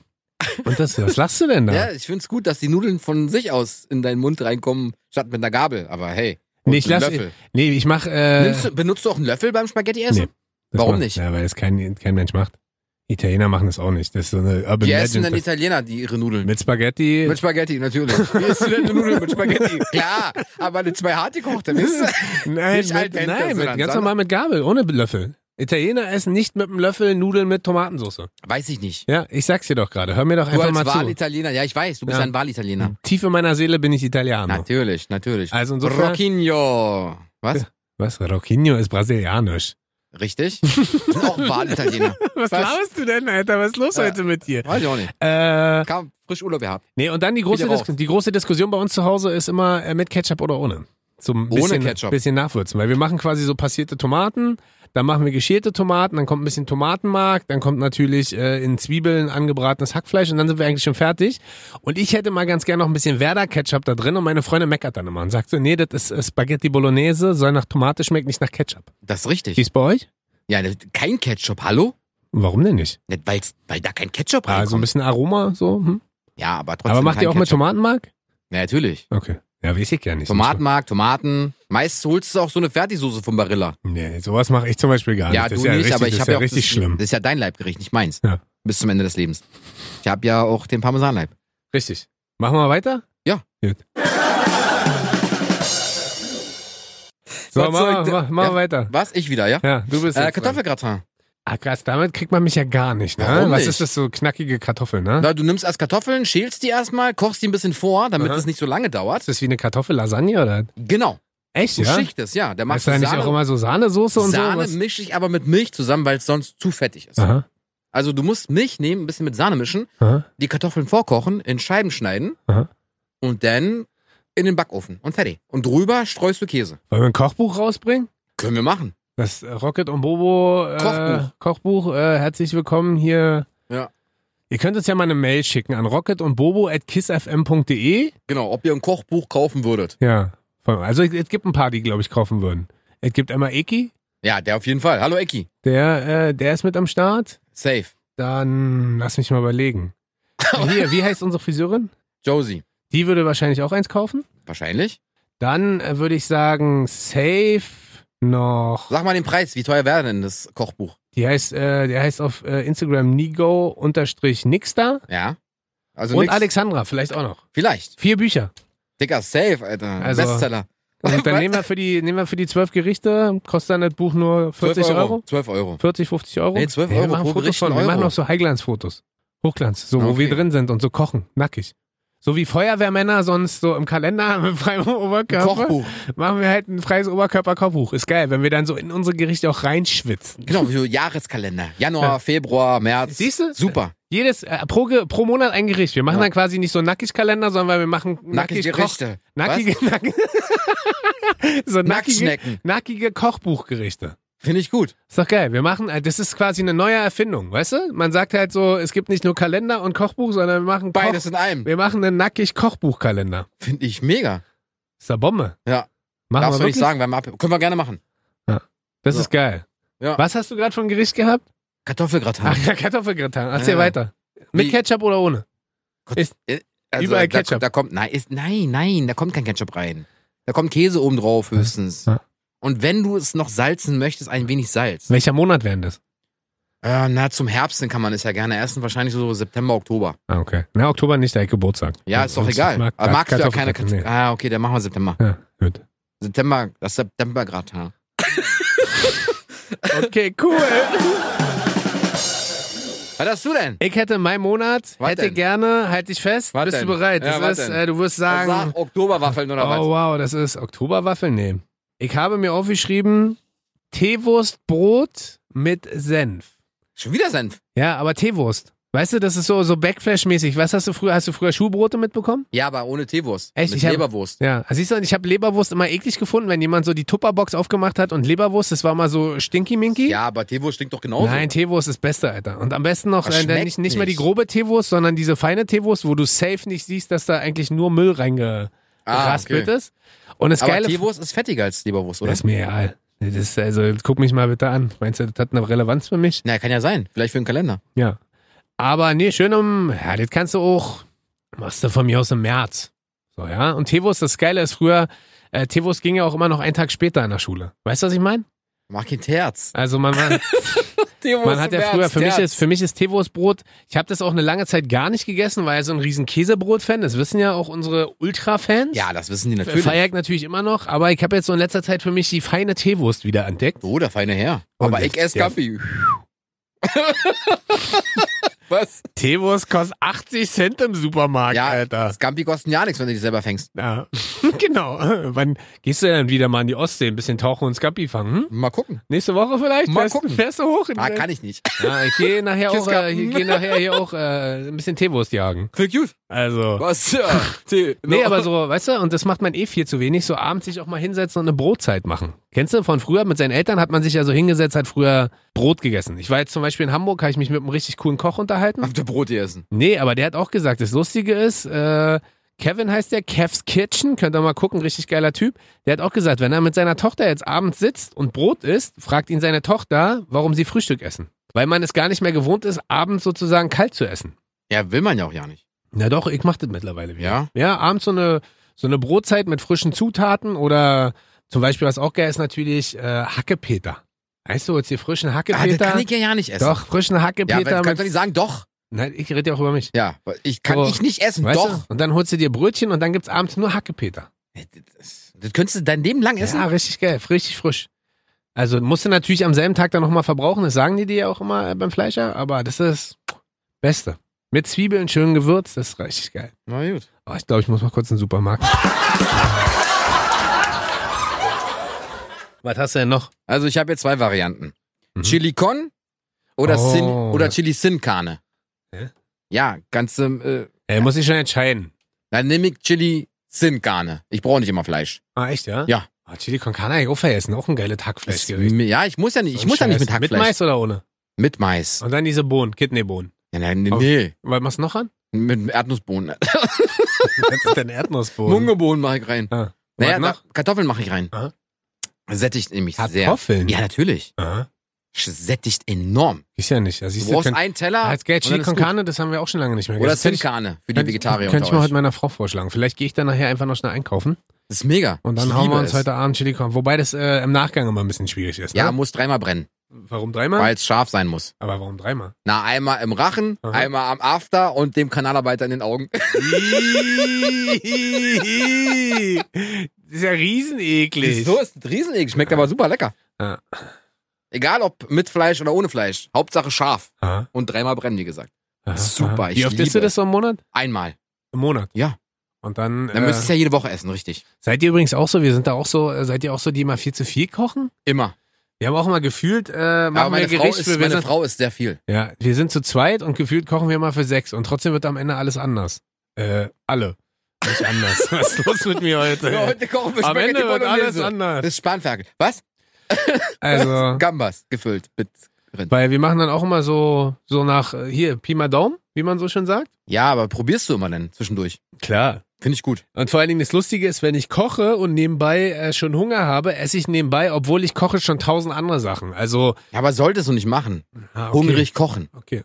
S2: Und das, was lachst du denn da?
S1: Ja, ich find's gut, dass die Nudeln von sich aus in deinen Mund reinkommen, statt mit einer Gabel. Aber hey. und
S2: Nee, ich
S1: einen
S2: lass-
S1: Löffel.
S2: Nee, ich mach. Äh,
S1: Nimmst du, benutzt du auch einen Löffel beim Spaghetti essen?
S2: das
S1: warum
S2: macht-
S1: nicht?
S2: Ja, weil es kein, kein Mensch macht. Italiener machen das auch nicht. Das ist so eine Urban
S1: Die essen dann
S2: Legend.
S1: Italiener, die ihre Nudeln.
S2: Mit Spaghetti.
S1: Mit Spaghetti, natürlich. Wie isst du denn eine Nudel mit Spaghetti? Klar, aber eine zwei hart gekochte, wisst ihr?
S2: nein,
S1: nicht al
S2: mit,
S1: dente,
S2: nein mit,
S1: sondern
S2: ganz
S1: Sahne.
S2: normal mit Gabel, ohne Löffel. Italiener essen nicht mit einem Löffel Nudeln mit Tomatensauce.
S1: Weiß ich nicht.
S2: Ja, ich sag's dir doch gerade. Hör mir doch
S1: Du
S2: einfach
S1: als
S2: mal zu.
S1: Wahlitaliener, ja, ich weiß, du bist
S2: Ja.
S1: ein Wahlitaliener.
S2: Tief in meiner Seele bin ich Italiano.
S1: Natürlich, natürlich.
S2: Also insofern.
S1: Rocchino. Was?
S2: Was? Rocchino ist brasilianisch.
S1: Richtig? Das sind auch Wahlitaliener.
S2: Was, laberst du denn, Alter? Was ist los
S1: Ja.
S2: heute mit dir?
S1: Weiß ich auch nicht.
S2: Äh,
S1: Kam frisch Urlaub gehabt.
S2: Nee, und dann die große,
S1: Wieder raus.
S2: Dis die große Diskussion bei uns zu Hause ist immer äh, mit Ketchup oder ohne. Zum
S1: Ohne
S2: bisschen,
S1: Ketchup.
S2: bisschen nachwürzen, weil wir machen quasi so passierte Tomaten, dann machen wir geschälte Tomaten, dann kommt ein bisschen Tomatenmark, dann kommt natürlich äh, in Zwiebeln angebratenes Hackfleisch und dann sind wir eigentlich schon fertig. Und ich hätte mal ganz gerne noch ein bisschen Werder-Ketchup da drin und meine Freundin meckert dann immer und sagt so, nee, das ist äh, Spaghetti Bolognese, soll nach Tomate schmecken, nicht nach Ketchup.
S1: Das ist richtig.
S2: Die ist bei euch?
S1: Ja, das- kein Ketchup, hallo?
S2: Warum denn nicht?
S1: Nicht, weil's, weil da kein Ketchup
S2: Ah, so ein
S1: reinkommt.
S2: bisschen Aroma, so. Hm?
S1: Ja, aber trotzdem.
S2: Aber macht
S1: kein
S2: ihr auch mit
S1: Ketchup.
S2: Tomatenmark?
S1: Ja, natürlich.
S2: Okay. Ja, weiß ich gar nicht.
S1: Tomatenmark, Tomaten. Meist holst du auch so eine Fertigsoße von Barilla.
S2: Nee, sowas mache ich zum Beispiel gar nicht.
S1: Ja,
S2: das
S1: du
S2: ist ja
S1: nicht,
S2: richtig,
S1: aber ich
S2: das ist
S1: habe
S2: ja
S1: ja auch,
S2: richtig
S1: das,
S2: schlimm.
S1: Das ist ja dein Leibgericht, nicht meins.
S2: Ja.
S1: Bis zum Ende des Lebens. Ich habe ja auch den Parmesanleib.
S2: Richtig. Machen wir mal weiter?
S1: Ja.
S2: Gut.
S1: Was
S2: So,
S1: soll
S2: machen wir
S1: ich denn-
S2: mach, mach
S1: Ja.
S2: weiter.
S1: Was? Ich wieder, ja?
S2: Ja, du bist
S1: Äh,
S2: jetzt dran.
S1: Kartoffelgratin.
S2: Ah, krass, damit kriegt man mich ja gar nicht, ne?
S1: Warum
S2: Was
S1: nicht?
S2: ist das so knackige Kartoffel, ne?
S1: Na, du nimmst erst Kartoffeln, schälst die erstmal, kochst die ein bisschen vor, damit
S2: Aha.
S1: es nicht so lange dauert.
S2: Ist das wie eine Kartoffellasagne oder?
S1: Genau.
S2: Echt,
S1: Du
S2: ja?
S1: schichtest, ja. Da machst
S2: Machst
S1: du
S2: du da nicht
S1: Sahne,
S2: auch immer so Sahnesoße und
S1: Sahne
S2: so?
S1: mische ich aber mit Milch zusammen, weil es sonst zu fettig ist.
S2: Aha,
S1: Also du musst Milch nehmen, ein bisschen mit Sahne mischen,
S2: aha.
S1: die Kartoffeln vorkochen, in Scheiben schneiden
S2: Aha.
S1: und dann in den Backofen und fertig. Und drüber streust du Käse.
S2: Wollen wir ein Kochbuch rausbringen?
S1: Können wir machen.
S2: Das äh, Rocket und Bobo äh,
S1: Kochbuch.
S2: Kochbuch äh, herzlich willkommen hier.
S1: Ja.
S2: Ihr könnt uns ja mal eine Mail schicken an rocket und bobo at kissfm.de.
S1: Genau, ob ihr ein Kochbuch kaufen würdet.
S2: Ja. Voll- Also es- es gibt ein paar, die, glaube ich, kaufen würden. Es gibt einmal Eki,
S1: Ja, der auf jeden Fall. Hallo Eki.
S2: der, äh, der ist mit am Start.
S1: Safe.
S2: Dann lass mich mal überlegen. Hier, wie heißt unsere Friseurin?
S1: Josie.
S2: Die würde wahrscheinlich auch eins kaufen.
S1: Wahrscheinlich.
S2: Dann äh, würde ich sagen, safe noch.
S1: Sag mal den Preis. Wie teuer wäre denn das Kochbuch?
S2: Die heißt, äh, der heißt auf äh, Instagram nigo-nixda.
S1: Ja. Also
S2: Und
S1: nix.
S2: Alexandra, vielleicht auch noch.
S1: Vielleicht.
S2: Vier Bücher.
S1: Dicker, safe, Alter.
S2: Also-
S1: Bestseller.
S2: Und dann nehmen wir für die, nehmen wir für die zwölf Gerichte, kostet dann das Buch nur 40 Euro.
S1: 12 Euro.
S2: 40, 50 Euro?
S1: Nee, 12
S2: Ja, wir
S1: Euro
S2: machen
S1: pro
S2: Fotos
S1: Gericht
S2: von.
S1: ein
S2: Wir
S1: Euro.
S2: machen auch so Highglanzfotos. Hochglanz, so wo
S1: Okay.
S2: wir drin sind und so kochen, nackig. So wie Feuerwehrmänner sonst so im Kalender mit freiem Oberkörper.
S1: Kochbuch.
S2: Machen wir halt ein freies Oberkörper-Kochbuch. Ist geil, wenn wir dann so in unsere Gerichte auch reinschwitzen.
S1: Genau, wie so Jahreskalender. Januar, Februar, März.
S2: Siehst du?
S1: Super.
S2: Jedes, äh, pro, Ge- pro Monat ein Gericht. Wir machen
S1: Ja.
S2: dann quasi nicht so nackig Kalender, sondern wir machen nackig,
S1: Nackige
S2: Koch,
S1: Gerichte.
S2: nackige, nackige, so nackige,
S1: Nacktschnecken.
S2: nackige Kochbuchgerichte.
S1: Finde ich gut.
S2: Ist doch geil. Wir machen, äh, das ist quasi eine neue Erfindung, weißt du? Man sagt halt so, es gibt nicht nur Kalender und Kochbuch, sondern wir machen
S1: Beides
S2: Koch,
S1: in einem.
S2: wir machen einen nackig Kochbuchkalender.
S1: Finde ich mega.
S2: Ist da Bombe.
S1: Ja.
S2: Machen
S1: Darfst
S2: wir
S1: du nicht
S2: wirklich?
S1: sagen, beim Ab Können wir gerne machen.
S2: Das
S1: So.
S2: ist geil.
S1: Ja.
S2: Was hast du gerade von Gericht gehabt?
S1: Kartoffelgratin.
S2: Ach ja, Kartoffelgratin. Erzähl
S1: Ja.
S2: weiter. Mit
S1: Wie-
S2: Ketchup oder ohne?
S1: Gott,
S2: Ist-
S1: äh, also,
S2: überall
S1: da,
S2: Ketchup.
S1: Da kommt, nein, ist, nein, nein, da kommt kein Ketchup rein. Da kommt Käse oben drauf höchstens.
S2: Ja.
S1: Und wenn du es noch salzen möchtest, ein wenig Salz.
S2: Welcher Monat wären das?
S1: Äh, na, zum Herbst hin kann man es ja gerne essen, wahrscheinlich so September, Oktober.
S2: Ah, okay. Na, Oktober nicht, da ich Geburtstag.
S1: Ja, ist doch
S2: Sonst
S1: egal.
S2: mag-
S1: Aber magst du ja keine
S2: Kartoffelgratin,
S1: Kartoffeln. Ah, okay, dann machen wir September.
S2: nee. Ja, gut.
S1: September, das Septembergratin.
S2: Okay, cool.
S1: Was hast du denn?
S2: Ich hätte meinen Monat,
S1: Was
S2: hätte
S1: denn?
S2: gerne, halt dich fest,
S1: Was
S2: bist
S1: denn?
S2: du bereit?
S1: Ja, was
S2: Das ist,
S1: denn?
S2: äh, du wirst sagen,
S1: Sag Oktoberwaffeln oder
S2: oh,
S1: was?
S2: wow, das ist Oktoberwaffeln? Nee. Ich habe mir aufgeschrieben, Teewurstbrot mit Senf.
S1: Schon wieder Senf?
S2: Ja, aber Teewurst. Weißt du, das ist so, so Backflash-mäßig. Was hast du früher? Hast du früher Schuhbrote mitbekommen?
S1: Ja, aber ohne Teewurst.
S2: Echt?
S1: Mit
S2: Ich hab-
S1: Leberwurst.
S2: Ja. Also siehst du, und ich habe Leberwurst immer eklig gefunden, wenn jemand so die Tupperbox aufgemacht hat und Leberwurst, das war mal so stinky-minky.
S1: Ja, aber Teewurst stinkt doch genauso.
S2: Nein, Teewurst ist besser, Alter. Und am besten noch
S1: Das
S2: äh,
S1: schmeckt
S2: nicht, nicht mehr die
S1: nicht.
S2: grobe Teewurst, sondern diese feine Teewurst, wo du safe nicht siehst, dass da eigentlich nur Müll
S1: ah,
S2: reingeraspelt
S1: okay.
S2: ist. Und das
S1: Aber
S2: Geile
S1: Teewurst ist fettiger als Leberwurst, oder?
S2: Das ist mir egal. Das ist, also, guck mich mal bitte an. Meinst du, das hat eine Relevanz für mich?
S1: Na, kann ja sein. Vielleicht für den Kalender.
S2: Ja. Aber nee, schön um, ja, das kannst du auch, machst du von mir aus im März. So, ja. Und Teewurst, das Geile ist früher, äh, Teewurst ging ja auch immer noch einen Tag später in der Schule. Weißt du, was ich meine?
S1: Mach kein Terz.
S2: Also, man, man, man hat ja früher, für mich, ist, für mich ist Teewurstbrot, ich habe das auch eine lange Zeit gar nicht gegessen, weil ja so ein riesen Käsebrot-Fan, das wissen ja auch unsere Ultra-Fans.
S1: Ja, das wissen die natürlich.
S2: Feier ich natürlich immer noch, aber ich habe jetzt so in letzter Zeit für mich die feine Teewurst wieder entdeckt.
S1: Oh, der feine Herr.
S2: Und
S1: Aber ich
S2: jetzt
S1: esse
S2: der-
S1: Kaffee. Was?
S2: Teewurst kostet 80 Cent im Supermarkt,
S1: Ja,
S2: Alter.
S1: Scampi kosten ja nichts, wenn du die selber fängst.
S2: Ja, genau. Wann gehst du denn wieder mal in die Ostsee, ein bisschen tauchen und Scampi fangen? Hm?
S1: Mal gucken.
S2: Nächste Woche vielleicht?
S1: Mal
S2: Fährst-
S1: gucken.
S2: Fährst du hoch? In
S1: Ah, kann ich nicht.
S2: ja, ich gehe nachher auch, äh,
S1: Kiskappen.
S2: ich gehe nachher hier auch äh, ein bisschen Teewurst jagen.
S1: Für cute.
S2: Also.
S1: Was? Ja. Tee.
S2: Nee, aber so, weißt du, und das macht man eh viel zu wenig, so abends sich auch mal hinsetzen und eine Brotzeit machen. Kennst du, von früher mit seinen Eltern hat man sich ja so hingesetzt, hat früher Brot gegessen. Ich war jetzt zum Beispiel in Hamburg, habe ich mich mit einem richtig coolen Koch unterhalten.
S1: Habt ihr Brot hier essen?
S2: Nee, aber der hat auch gesagt, das Lustige ist, äh, Kevin heißt der, Kev's Kitchen, könnt ihr mal gucken, richtig geiler Typ. Der hat auch gesagt, wenn er mit seiner Tochter jetzt abends sitzt und Brot isst, fragt ihn seine Tochter, warum sie Frühstück essen. Weil man es gar nicht mehr gewohnt ist, abends sozusagen kalt zu essen.
S1: Ja, will man ja auch ja nicht.
S2: Na doch, ich mach das mittlerweile wieder.
S1: Ja?
S2: Ja, abends so eine, so eine Brotzeit mit frischen Zutaten oder zum Beispiel, was auch geil ist, natürlich äh, Hackepeter. Weißt du, jetzt die frischen
S1: Ah, das
S2: Hackepeter?
S1: kann ich ja ja nicht essen.
S2: doch, frischen
S1: Ja,
S2: Hackepeter.
S1: aber kannst
S2: mit,
S1: du nicht sagen, doch.
S2: nein, ich rede ja auch über mich.
S1: Ja, ich kann
S2: So.
S1: ich nicht essen,
S2: Weißt
S1: doch.
S2: Du? Und dann holst du dir Brötchen und dann gibt's abends nur Hackepeter.
S1: Das, das könntest du dein Leben lang essen.
S2: Ja, richtig geil, richtig frisch. Also musst du natürlich am selben Tag dann nochmal verbrauchen, das sagen die dir ja auch immer äh, beim Fleischer, aber das ist das Beste. Mit Zwiebeln, schön gewürzt, das ist richtig geil.
S1: Na gut.
S2: Oh, ich glaube, ich muss mal kurz in den Supermarkt. Was hast du denn noch?
S1: Also ich habe jetzt zwei Varianten.
S2: Mhm.
S1: Chili con oder,
S2: Oh.
S1: Sin, oder Chili Sin Carne.
S2: Hä?
S1: Ja, ganz äh,
S2: Ey, muss ich schon entscheiden.
S1: dann nehme ich Chili Sin Carne. Ich brauche nicht immer Fleisch.
S2: Ah, echt, ja?
S1: Ja.
S2: Ah, Chili con carne, hab ich auch vergessen. Auch ein geiles
S1: Das,
S2: Hackfleischgericht.
S1: ja, ich muss ja nicht, ich muss ja nicht mit
S2: Scheiß.
S1: Hackfleisch.
S2: Mit Mais oder ohne?
S1: Mit Mais.
S2: Und dann diese Bohnen, Kidneybohnen.
S1: Ja, nein, nee,
S2: Auf-
S1: nee,
S2: Was machst du noch an?
S1: mit Erdnussbohnen.
S2: Was ist denn Erdnussbohnen?
S1: Mungebohnen mache ich rein.
S2: Ah.
S1: Naja,
S2: Was noch? Ah.
S1: da- Kartoffeln mache ich rein.
S2: Aha.
S1: Sättigt nämlich sehr.
S2: Kartoffeln?
S1: Ja, natürlich.
S2: Aha.
S1: Sch- Sättigt enorm.
S2: Ist ja nicht. Also,
S1: Du
S2: siehst
S1: brauchst
S2: können-
S1: einen Teller.
S2: als Geld
S1: und dann
S2: Chili
S1: ist
S2: con
S1: gut.
S2: carne, das haben wir auch schon lange nicht mehr
S1: Oder
S2: gegessen. Könnte ich-
S1: Zinkane für die
S2: könnte-
S1: Vegetarier
S2: Könnte ich
S1: unter
S2: mal
S1: euch.
S2: heute meiner Frau vorschlagen. Vielleicht gehe ich dann nachher einfach noch schnell einkaufen.
S1: Das ist mega.
S2: Und dann
S1: Ich
S2: hauen
S1: liebe
S2: wir uns
S1: es.
S2: heute Abend Chili con. Wobei das äh, im Nachgang immer ein bisschen schwierig ist.
S1: Ja,
S2: ne?
S1: muss dreimal brennen,
S2: Warum dreimal?
S1: weil es scharf sein muss.
S2: Aber warum dreimal?
S1: Na, einmal im Rachen,
S2: Aha.
S1: einmal am After und dem Kanalarbeiter in den Augen.
S2: das ist ja rieseneklig.
S1: so ist das riesenig, schmeckt aber super lecker.
S2: Ja.
S1: Egal ob mit Fleisch oder ohne Fleisch. Hauptsache scharf.
S2: Aha,
S1: Und dreimal brennen, wie gesagt.
S2: aha,
S1: Super,
S2: aha.
S1: ich
S2: Wie oft isst du
S1: liebe
S2: das so im Monat?
S1: Einmal.
S2: Im Monat.
S1: Ja.
S2: Und dann,
S1: Dann
S2: äh,
S1: müsstest du ja jede Woche essen, richtig.
S2: seid ihr übrigens auch so, wir sind da auch so, äh, seid ihr auch so, die immer viel zu viel kochen?
S1: Immer.
S2: Wir haben auch immer gefühlt, äh,
S1: Aber
S2: machen wir
S1: meine, Frau
S2: Gericht
S1: ist,
S2: für, wir
S1: meine
S2: sind,
S1: Frau ist sehr viel.
S2: ja, wir sind zu zweit und gefühlt kochen wir immer für sechs und trotzdem wird am Ende alles anders. Äh, alle. Nicht anders. Was ist los mit mir heute?
S1: Ja, heute kochen wir
S2: am
S1: Spaghetti
S2: Ende wird alles
S1: Bolognese.
S2: anders.
S1: Das ist Spanferkel. Was?
S2: Also,
S1: Gambas gefüllt mit
S2: weil wir machen dann auch immer so, so nach, äh, hier, Pi mal Daumen, wie man so schön sagt.
S1: Ja, aber probierst du immer dann zwischendurch.
S2: Klar.
S1: Finde ich gut.
S2: Und vor allen Dingen das Lustige ist, wenn ich koche und nebenbei äh, schon Hunger habe, esse ich nebenbei, obwohl ich koche, schon tausend andere Sachen. Also,
S1: Ja, aber solltest du nicht machen.
S2: ah, okay.
S1: Hungrig kochen.
S2: Okay.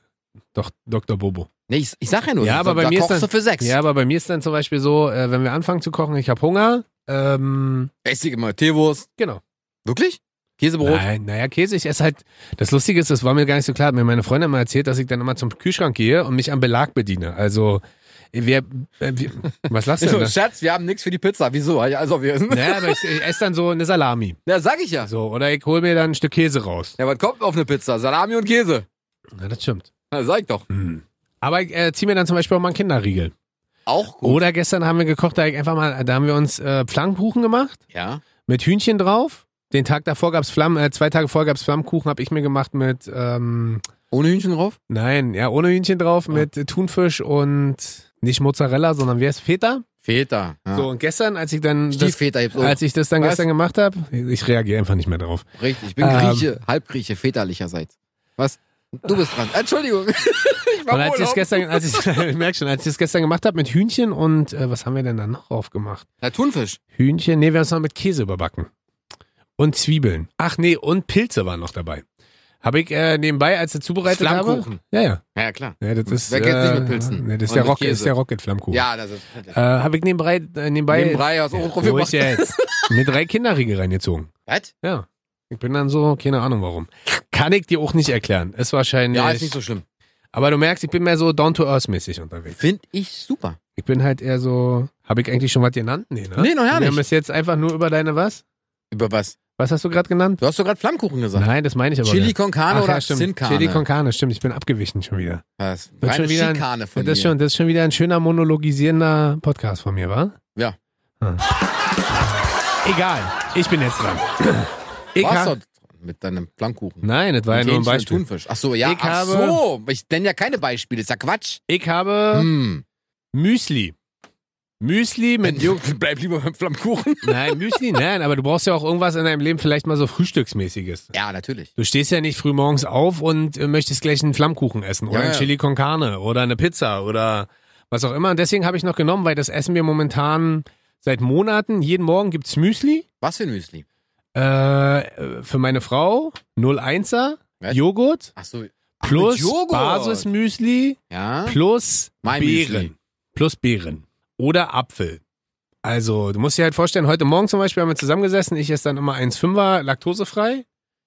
S2: Doch, Dr. Bobo.
S1: Nee, ich, ich sag ja nur,
S2: Ja,
S1: da-
S2: aber bei
S1: da
S2: mir ist
S1: kochst
S2: dann-
S1: du für sechs.
S2: Ja, aber bei mir ist dann zum Beispiel so, äh, wenn wir anfangen zu kochen, ich habe Hunger. Ähm,
S1: Esse ich immer Teewurst.
S2: genau.
S1: Wirklich? Käsebrot?
S2: Nein, naja, Käse, ich esse halt. Das Lustige ist, das war mir gar nicht so klar. Hat mir meine Freundin mal erzählt, dass ich dann immer zum Kühlschrank gehe und mich am Belag bediene. Also, wir. Äh, wir was lasst du
S1: So,
S2: denn? da?
S1: Schatz, wir haben nichts für die Pizza. Wieso? Also wir essen.
S2: Naja, aber ich, ich esse dann so eine Salami.
S1: Ja, sag ich ja.
S2: So, oder ich hole mir dann ein Stück Käse raus.
S1: Ja, was kommt auf eine Pizza? Salami und Käse.
S2: Na, das stimmt.
S1: Na, sag ich doch.
S2: Hm. Aber ich äh, ziehe mir dann zum Beispiel auch mal einen Kinderriegel.
S1: Auch gut.
S2: Oder gestern haben wir gekocht, da, hab ich einfach mal, da haben wir uns äh, Flammkuchen gemacht
S1: Ja.
S2: mit Hühnchen drauf. Den Tag davor gab's Flamm, äh, zwei Tage vorher gab's Flammkuchen, habe ich mir gemacht mit ähm,
S1: Ohne Hühnchen drauf?
S2: Nein, ja, ohne Hühnchen drauf mit äh, Thunfisch und nicht Mozzarella, sondern wie heißt Feta?
S1: Feta. Ja.
S2: So, und gestern, als ich dann das,
S1: Stieffeta gibt's auch.
S2: als ich das dann
S1: Was?
S2: gestern gemacht habe, ich reagiere einfach nicht mehr drauf.
S1: Richtig. Ich bin
S2: Ähm.
S1: Grieche, Halbgrieche, väterlicherseits. Was? Du bist dran. Entschuldigung. ich war
S2: Und als ich das
S1: Urlaub.
S2: gestern, als ich, ich merk schon, als ich das gestern gemacht habe mit Hühnchen und äh, was haben wir denn dann noch drauf gemacht?
S1: Na, Thunfisch.
S2: Hühnchen, nee, wir haben es noch mit Käse überbacken. Und Zwiebeln. Ach nee, und Pilze waren noch dabei. Habe ich äh, nebenbei, als ich zubereitet habe.
S1: Flammkuchen.
S2: Ja, ja.
S1: Ja, ja, klar.
S2: ja das ist,
S1: Wer kennt's nicht mit
S2: äh,
S1: Pilzen?
S2: Nee, das ist
S1: Und
S2: der,
S1: mit
S2: Rocket,
S1: Käse.
S2: ist der Rocket-Flammkuchen.
S1: Ja, das ist.
S2: Äh, habe ich nebenbei, äh, nebenbei,
S1: Nebenbei aus Ohrenprofi
S2: Ruhig
S1: gemacht.
S2: jetzt. Mir drei Kinderriegel reingezogen.
S1: Was?
S2: Ja. Ich bin dann so, keine Ahnung warum. Kann ich dir auch nicht erklären. Ist wahrscheinlich.
S1: Ja, ist nicht so schlimm.
S2: aber du merkst, ich bin mehr so down-to-earth-mäßig unterwegs.
S1: Find ich super.
S2: Ich bin halt eher so. Habe ich eigentlich schon was genannt? Nee, ne?
S1: Nee, noch gar
S2: Wir haben
S1: nicht.
S2: es jetzt einfach nur über deine was?
S1: Über was?
S2: Was hast du gerade genannt?
S1: Du hast doch gerade Flammkuchen gesagt.
S2: Nein, das meine ich aber.
S1: Chili
S2: nicht.
S1: con carne
S2: Ach,
S1: oder
S2: ja,
S1: Sin
S2: stimmt.
S1: Carne?
S2: Chili con carne, stimmt. Ich bin abgewichen schon wieder.
S1: Das ist
S2: Wird
S1: reine
S2: schon wieder ein-
S1: Schikane
S2: Ja,
S1: von
S2: das, ist
S1: mir.
S2: schon, das ist schon wieder ein schöner monologisierender Podcast von mir, wa?
S1: Ja.
S2: Ah. Egal. Ich bin jetzt dran. Ich
S1: Warst
S2: ha-
S1: du mit deinem Flammkuchen?
S2: Nein, das war ja
S1: Mit
S2: nur
S1: Hähnchen
S2: ein
S1: und
S2: Beispiel.
S1: Thunfisch. Ach so, ja.
S2: Ich
S1: Ach
S2: habe-
S1: so. Ich nenne ja keine Beispiele. Ist ja Quatsch.
S2: Ich habe
S1: Hm.
S2: Müsli. Müsli mit.
S1: Jungs, bleib lieber beim Flammkuchen.
S2: nein, Müsli, nein, aber du brauchst ja auch irgendwas in deinem Leben, vielleicht mal so Frühstücksmäßiges.
S1: Ja, natürlich.
S2: Du stehst ja nicht früh morgens auf und äh, möchtest gleich einen Flammkuchen essen oder
S1: Ja,
S2: einen
S1: ja.
S2: Chili con carne oder eine Pizza oder was auch immer. Und deswegen habe ich noch genommen, weil das essen wir momentan seit Monaten. Jeden Morgen gibt's Müsli.
S1: Was für ein Müsli?
S2: Äh, für meine Frau 01er,
S1: Was?
S2: Joghurt,
S1: Ach so. Ach,
S2: plus
S1: mit Joghurt.
S2: Basismüsli,
S1: Ja.
S2: plus
S1: Mein Müsli.
S2: Beeren. Plus Beeren. Oder Apfel. Also, du musst dir halt vorstellen, heute Morgen zum Beispiel haben wir zusammengesessen. Ich esse dann immer 1,5er laktosefrei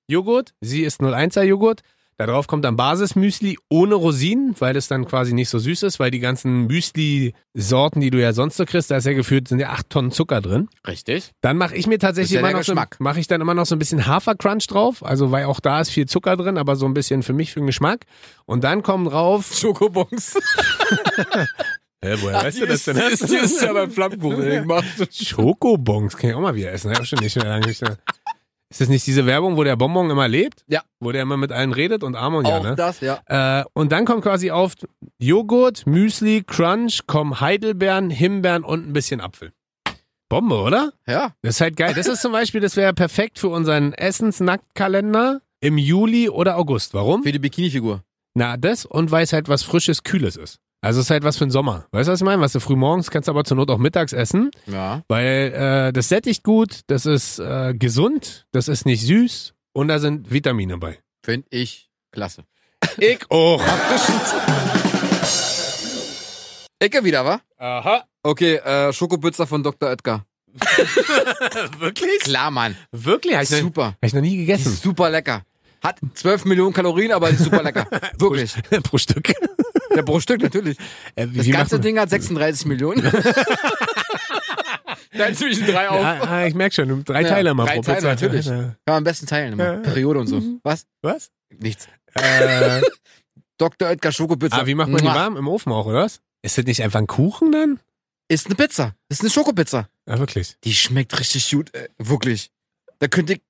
S2: Joghurt. Sie isst 0,1er Joghurt. Darauf kommt dann Basismüsli ohne Rosinen, weil es dann quasi nicht so süß ist, weil die ganzen Müsli-Sorten, die du ja sonst so kriegst, da ist ja gefühlt, sind ja 8 Tonnen Zucker drin.
S1: Richtig.
S2: Dann mache ich mir tatsächlich
S1: Das ist ja
S2: immer
S1: der
S2: noch so,
S1: Geschmack.
S2: mache ich dann immer noch so ein bisschen Hafercrunch drauf, also weil auch da ist viel Zucker drin, aber so ein bisschen für mich für den Geschmack. Und dann kommen drauf.
S1: Schokobons.
S2: Hä, woher weißt du das denn?
S1: Das ist, die ist ja beim Flammkuchen gemacht.
S2: Schokobons kann ich auch mal wieder essen. Hab Ich auch schon nicht mehr lange nicht mehr. Ist das nicht diese Werbung, wo der Bonbon immer lebt?
S1: Ja.
S2: Wo der immer mit allen redet und Arm und ja,
S1: Auch
S2: ne?
S1: das, ja.
S2: Äh, und dann kommt quasi auf Joghurt, Müsli, Crunch, kommen Heidelbeeren, Himbeeren und ein bisschen Apfel. Bombe, oder?
S1: Ja.
S2: Das ist halt geil. Das ist zum Beispiel, das wäre perfekt für unseren Essensnackkalender im Juli oder August. Warum?
S1: Für die Bikini-Figur.
S2: Na, das und weil es halt was Frisches, Kühles ist. Also es ist halt was für den Sommer. Weißt du, was ich meine? Was du früh morgens kannst, aber zur Not auch mittags essen,
S1: Ja.
S2: weil äh, das sättigt gut, das ist äh, gesund, das ist nicht süß und da sind Vitamine bei.
S1: Finde ich klasse.
S2: Ich auch.
S1: Ecke wieder, wa?
S2: Aha.
S1: Okay, äh, Schokopizza von Dr. Edgar.
S2: Wirklich?
S1: Klar, Mann.
S2: Wirklich? Hab ich, noch, hab
S1: Super.
S2: ich noch nie
S1: Die ist
S2: gegessen.
S1: super lecker. Hat 12 Millionen Kalorien, aber die ist super lecker. Wirklich.
S2: Pro Stück.
S1: Der pro Stück natürlich.
S2: Äh, wie-
S1: Das
S2: wie
S1: ganze
S2: macht man-
S1: Ding hat 36 Millionen. Dann zwischen drei auf.
S2: Ah, ah, ich merk schon, du- drei
S1: Ja,
S2: Teile immer
S1: drei
S2: pro
S1: Teile,
S2: Pizza.
S1: natürlich. Kann man am besten teilen immer.
S2: Ja. Mhm.
S1: Periode und so. Was?
S2: Was?
S1: Nichts.
S2: Äh,
S1: Dr. Oetker Schokopizza.
S2: ah, wie macht man die
S1: Mua.
S2: warm? Im Ofen auch, oder was? Ist das nicht einfach ein Kuchen dann?
S1: Ist eine Pizza. Ist eine Schokopizza.
S2: Ah, wirklich.
S1: Die schmeckt richtig gut. Äh, wirklich. Da könnte ich.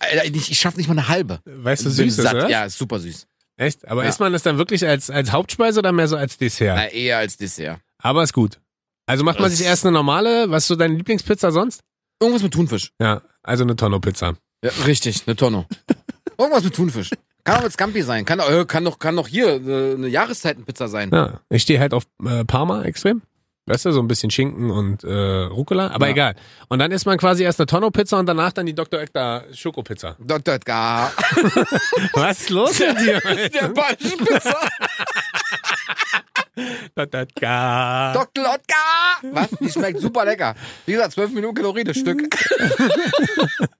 S1: Alter, ich ich schaffe nicht mal eine halbe.
S2: Weißt du,
S1: Ich bin
S2: süß ist, oder?
S1: Ja, ist super süß.
S2: Echt? Aber
S1: Ja.
S2: isst man das dann wirklich als, als Hauptspeise oder mehr so als Dessert?
S1: Na, eher als Dessert.
S2: Aber ist gut. Also macht man
S1: Das-
S2: sich erst eine normale, was ist so deine Lieblingspizza sonst?
S1: Irgendwas mit Thunfisch.
S2: Ja, also eine Tonno-Pizza.
S1: Ja, richtig, eine Tonne. Irgendwas mit Thunfisch. Kann auch mit Scampi sein. Kann, äh, kann, doch, kann doch hier äh, eine Jahreszeitenpizza sein.
S2: Ja, ich stehe halt auf äh, Parma extrem. Weißt du, so ein bisschen Schinken und äh, Rucola, aber
S1: Ja.
S2: egal. Und dann isst man quasi erst eine Tonno-Pizza und danach dann die Dr. Oetker Schokopizza.
S1: Dr. Edgar.
S2: Was ist los mit dir?
S1: Der Beispielpizza.
S2: Dr. Oetker.
S1: Dr. Oetker. Was? Die schmeckt super lecker. Wie gesagt, 12 Minuten Kalorien das Stück.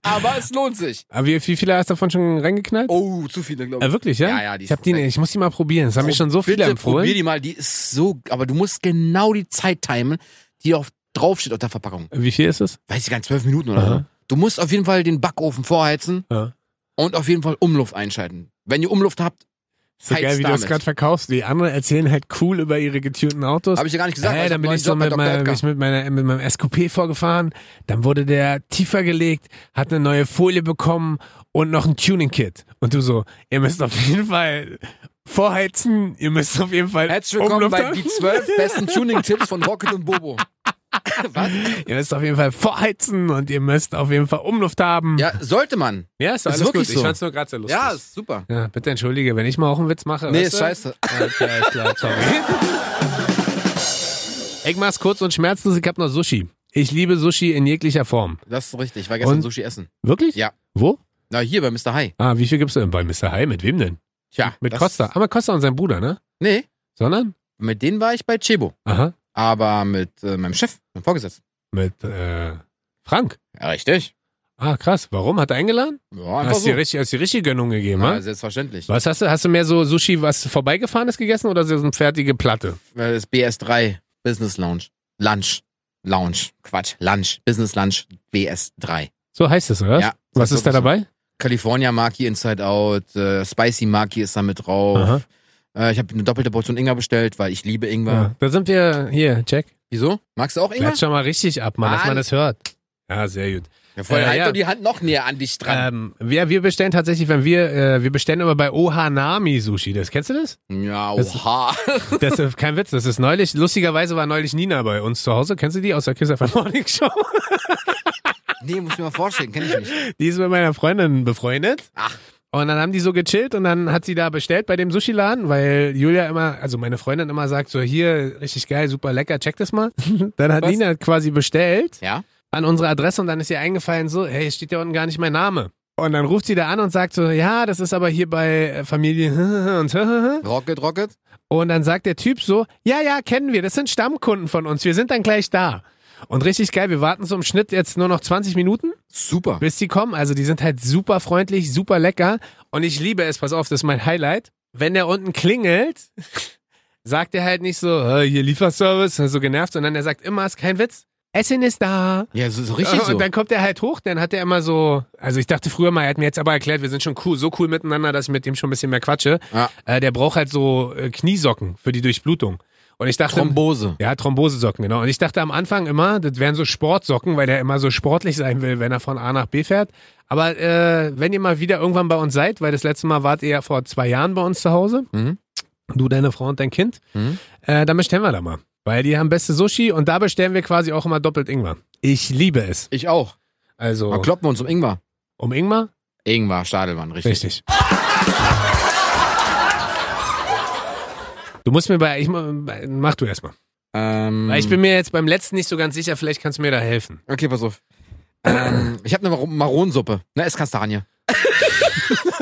S1: Aber es lohnt sich.
S2: Aber wie, wie viele hast du davon schon reingeknallt?
S1: Oh, zu viele, glaube
S2: Äh,
S1: ich.
S2: wirklich, ja?
S1: Ja, ja, die
S2: ich
S1: ist
S2: hab die,
S1: perfekt. Oh,
S2: ich muss die mal probieren. Das haben mir schon so viele
S1: Bitte
S2: empfohlen.
S1: probier die mal. Die ist so, aber du musst genau die Zeit timen, die auf, draufsteht auf der Verpackung.
S2: Wie viel ist es?
S1: Weiß ich gar nicht, 12 Minuten oder so.
S2: Aha.
S1: Du musst auf jeden Fall den Backofen vorheizen
S2: Ja.
S1: und auf jeden Fall Umluft einschalten. Wenn ihr Umluft habt,
S2: So
S1: Heiz
S2: geil, wie du das
S1: damit.
S2: gerade verkaufst. Die anderen erzählen halt cool über ihre getunten Autos.
S1: habe ich ja gar nicht gesagt. weil
S2: Hey, dann bin ich so
S1: hab einen
S2: mit,
S1: neuen Job bei
S2: meiner, bin
S1: Dr.
S2: ich mit, meiner, mit meinem SQP vorgefahren, dann wurde der tiefer gelegt, hat eine neue Folie bekommen und noch ein Tuning-Kit. Und du so, ihr müsst auf jeden Fall vorheizen, ihr müsst auf jeden Fall
S1: Herzlich willkommen
S2: Umluft
S1: bei
S2: haben.
S1: die zwölf besten Tuning-Tipps von Rocket und Bobo. Was?
S2: Ihr müsst auf jeden Fall vorheizen und ihr müsst auf jeden Fall Umluft haben.
S1: Ja, sollte man.
S2: ja ist,
S1: ist
S2: alles gut.
S1: wirklich
S2: Ich
S1: so.
S2: fand's nur gerade sehr lustig.
S1: Ja, ist super.
S2: Ja, bitte entschuldige, wenn ich mal auch einen Witz mache.
S1: Nee,
S2: weißt
S1: ist
S2: du?
S1: scheiße.
S2: Okay, ist klar, sorry. Ich mach's kurz und schmerzlos, ich hab noch Sushi. Ich liebe Sushi in jeglicher Form.
S1: Das ist richtig. Ich war gestern
S2: Und?
S1: Sushi essen.
S2: Wirklich?
S1: Ja.
S2: Wo?
S1: Na, hier bei Mr. High.
S2: Ah, wie viel gibst du denn bei Mr. High? Mit wem denn?
S1: Tja.
S2: Mit
S1: das-
S2: Costa. Ah, mit Costa und seinem Bruder, ne?
S1: Nee,
S2: Sondern?
S1: mit denen war ich bei Chebo.
S2: Aha.
S1: Aber mit äh, meinem Chef, meinem Vorgesetzten.
S2: Mit äh, Frank.
S1: Ja, richtig.
S2: Ah, krass. Warum? Hat er eingeladen?
S1: Ja, einfach
S2: Hast
S1: so.
S2: du richtig, hast die richtige Gönnung gegeben,
S1: Ja,
S2: ha?
S1: selbstverständlich.
S2: Was hast du? Hast du mehr so Sushi, was vorbeigefahrenes gegessen oder so eine fertige Platte?
S1: Äh, Das BS3 Business Lounge. Lunch. Lounge. Quatsch. Lunch. Business Lunch BS3.
S2: So heißt es, oder?
S1: Ja,
S2: Was ist da
S1: wirklich so.
S2: dabei?
S1: California Maki Inside Out, äh, Spicy Maki ist da mit
S2: Aha.
S1: drauf. Äh, ich habe eine doppelte Portion Ingwer bestellt, weil ich liebe Ingwer.
S2: Ja. Ah, Da sind wir hier, Jack.
S1: Wieso? Magst du auch Ingwer?
S2: Bleibt schon mal richtig ab, Mann, dass man
S1: Mann.
S2: das hört. Ja, sehr gut.
S1: Ja, voll,
S2: Äh,
S1: halt
S2: ja.
S1: doch die Hand noch näher an dich dran.
S2: Ähm, wir, wir bestellen tatsächlich, wenn wir, äh, wir bestellen immer bei Ohanami Sushi. Das kennst du das?
S1: ja,
S2: das-
S1: oha.
S2: Das ist kein Witz. Das ist neulich. Lustigerweise war neulich Nina bei uns zu Hause. Kennst du die aus der Kiss FM Morning Show?
S1: nee, muss ich mir mal vorstellen, kenn ich nicht.
S2: Die ist mit meiner Freundin befreundet.
S1: Ach.
S2: Und dann haben die so gechillt und dann hat sie da bestellt bei dem Sushi-Laden, weil Julia immer, also meine Freundin immer sagt, so hier, richtig geil, super lecker, check das mal. Dann hat
S1: Was?
S2: Nina quasi bestellt
S1: Ja?
S2: an unsere Adresse und dann ist ihr eingefallen, so, hey, steht ja unten gar nicht mein Name. Und dann ruft sie da an und sagt so, ja, das ist aber hier bei äh, Familie und
S1: Rocket, Rocket?
S2: und dann sagt der Typ so, ja, ja, kennen wir, das sind Stammkunden von uns, wir sind dann gleich da. Und richtig geil, wir warten zum Schnitt jetzt nur noch 20 Minuten,
S1: Super.
S2: bis die kommen. Also die sind halt super freundlich, super lecker. Und ich liebe es, pass auf, das ist mein Highlight. Wenn der unten klingelt, sagt er halt nicht so, äh, hier Lieferservice, so genervt, sondern er sagt immer, ist kein Witz, Essen ist da.
S1: Ja, so, so richtig so.
S2: Und dann kommt er halt hoch, dann hat er immer so, also ich dachte früher mal, er hat mir jetzt aber erklärt, wir sind schon cool, so cool miteinander, dass ich mit dem schon ein bisschen mehr quatsche.
S1: Ja.
S2: Äh, der braucht halt so äh, Kniesocken für die Durchblutung. Und ich dachte,
S1: Thrombose.
S2: ja, Thrombosesocken, genau. Und ich dachte am Anfang immer, das wären so Sportsocken, weil der immer so sportlich sein will, wenn er von A nach B fährt. Aber äh, wenn ihr mal wieder irgendwann bei uns seid, weil das letzte Mal wart ihr ja vor zwei Jahren bei uns zu Hause,
S1: Mhm.
S2: du, deine Frau und dein Kind,
S1: Mhm.
S2: äh, dann bestellen wir da mal. Weil die haben beste Sushi und da bestellen wir quasi auch immer doppelt Ingwer. Ich liebe es.
S1: Ich auch.
S2: Also
S1: Mal kloppen wir uns um Ingwer.
S2: um Ingwer?
S1: Ingwer, Stadelmann, richtig.
S2: Richtig. Du musst mir bei, ich, mu- mach du erstmal.
S1: Ähm,
S2: Weil ich bin mir jetzt beim letzten nicht so ganz sicher, vielleicht kannst du mir da helfen.
S1: Okay, pass auf. Ähm, ich habe eine Mar Maronensuppe. Ne, Esskastanie.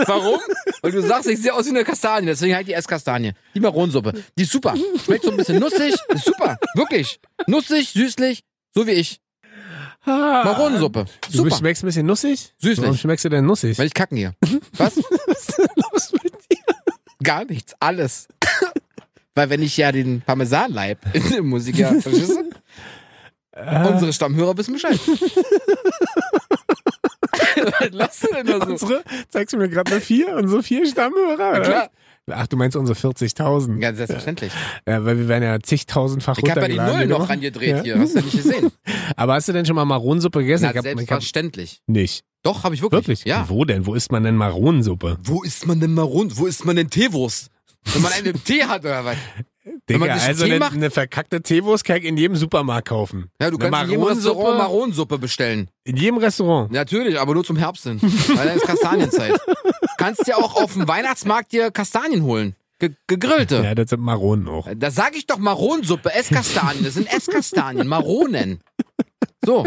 S1: Warum? Weil du sagst, ich sehe aus wie eine Kastanie, deswegen halt die Esskastanie. Die Maronensuppe. Die ist super. Schmeckt so ein bisschen nussig. Ist super. Wirklich. Nussig, süßlich, so wie ich. Maronensuppe.
S2: Ah, Du
S1: Super.
S2: schmeckst ein bisschen nussig?
S1: Süßlich.
S2: Warum schmeckst du denn nussig?
S1: Weil ich kacken hier. Was?
S2: Was ist denn los mit dir?
S1: Gar nichts. Alles. Weil wenn ich ja den Parmesanleib in dem Musiker verstehst du? Unsere Stammhörer wissen Bescheid. Was lachst du denn da so?
S2: Unsere, zeigst du mir gerade eine vier, unsere vier Stammhörer?
S1: Na
S2: oder?
S1: klar.
S2: Ach, du meinst unsere 40.000. Ja.
S1: Ganz selbstverständlich.
S2: weil wir werden ja zigtausendfach
S1: Ich habe ja die
S2: runtergeladen.
S1: Null noch
S2: genau.
S1: rangedreht
S2: Ja.
S1: hier. Hast du nicht gesehen?
S2: Aber hast du denn schon mal Maronensuppe gegessen?
S1: Na,
S2: ich hab, ich hab,
S1: selbstverständlich.
S2: nicht.
S1: Doch, habe ich wirklich.
S2: Wirklich?
S1: Ja.
S2: Wo denn? Wo isst man denn Maronensuppe?
S1: Wo isst man denn Maron? Wo isst man denn Teewurst? Wenn man einen im Tee hat oder was? Wenn man
S2: Digga,
S1: sich einen
S2: also
S1: Tee
S2: eine,
S1: macht-
S2: eine verkackte Teewurst kann ich in jedem Supermarkt kaufen.
S1: Ja, du
S2: Eine
S1: kannst in jedem
S2: Maronensuppe?
S1: Restaurant Maronensuppe bestellen.
S2: In jedem Restaurant.
S1: Natürlich, aber nur zum Herbst hin. Weil dann ist Kastanienzeit. kannst dir auch auf dem Weihnachtsmarkt dir Kastanien holen. Ge gegrillte.
S2: Ja, das sind Maronen auch.
S1: Da sage ich doch Maronensuppe, Esskastanien. Das sind Esskastanien, Maronen. So,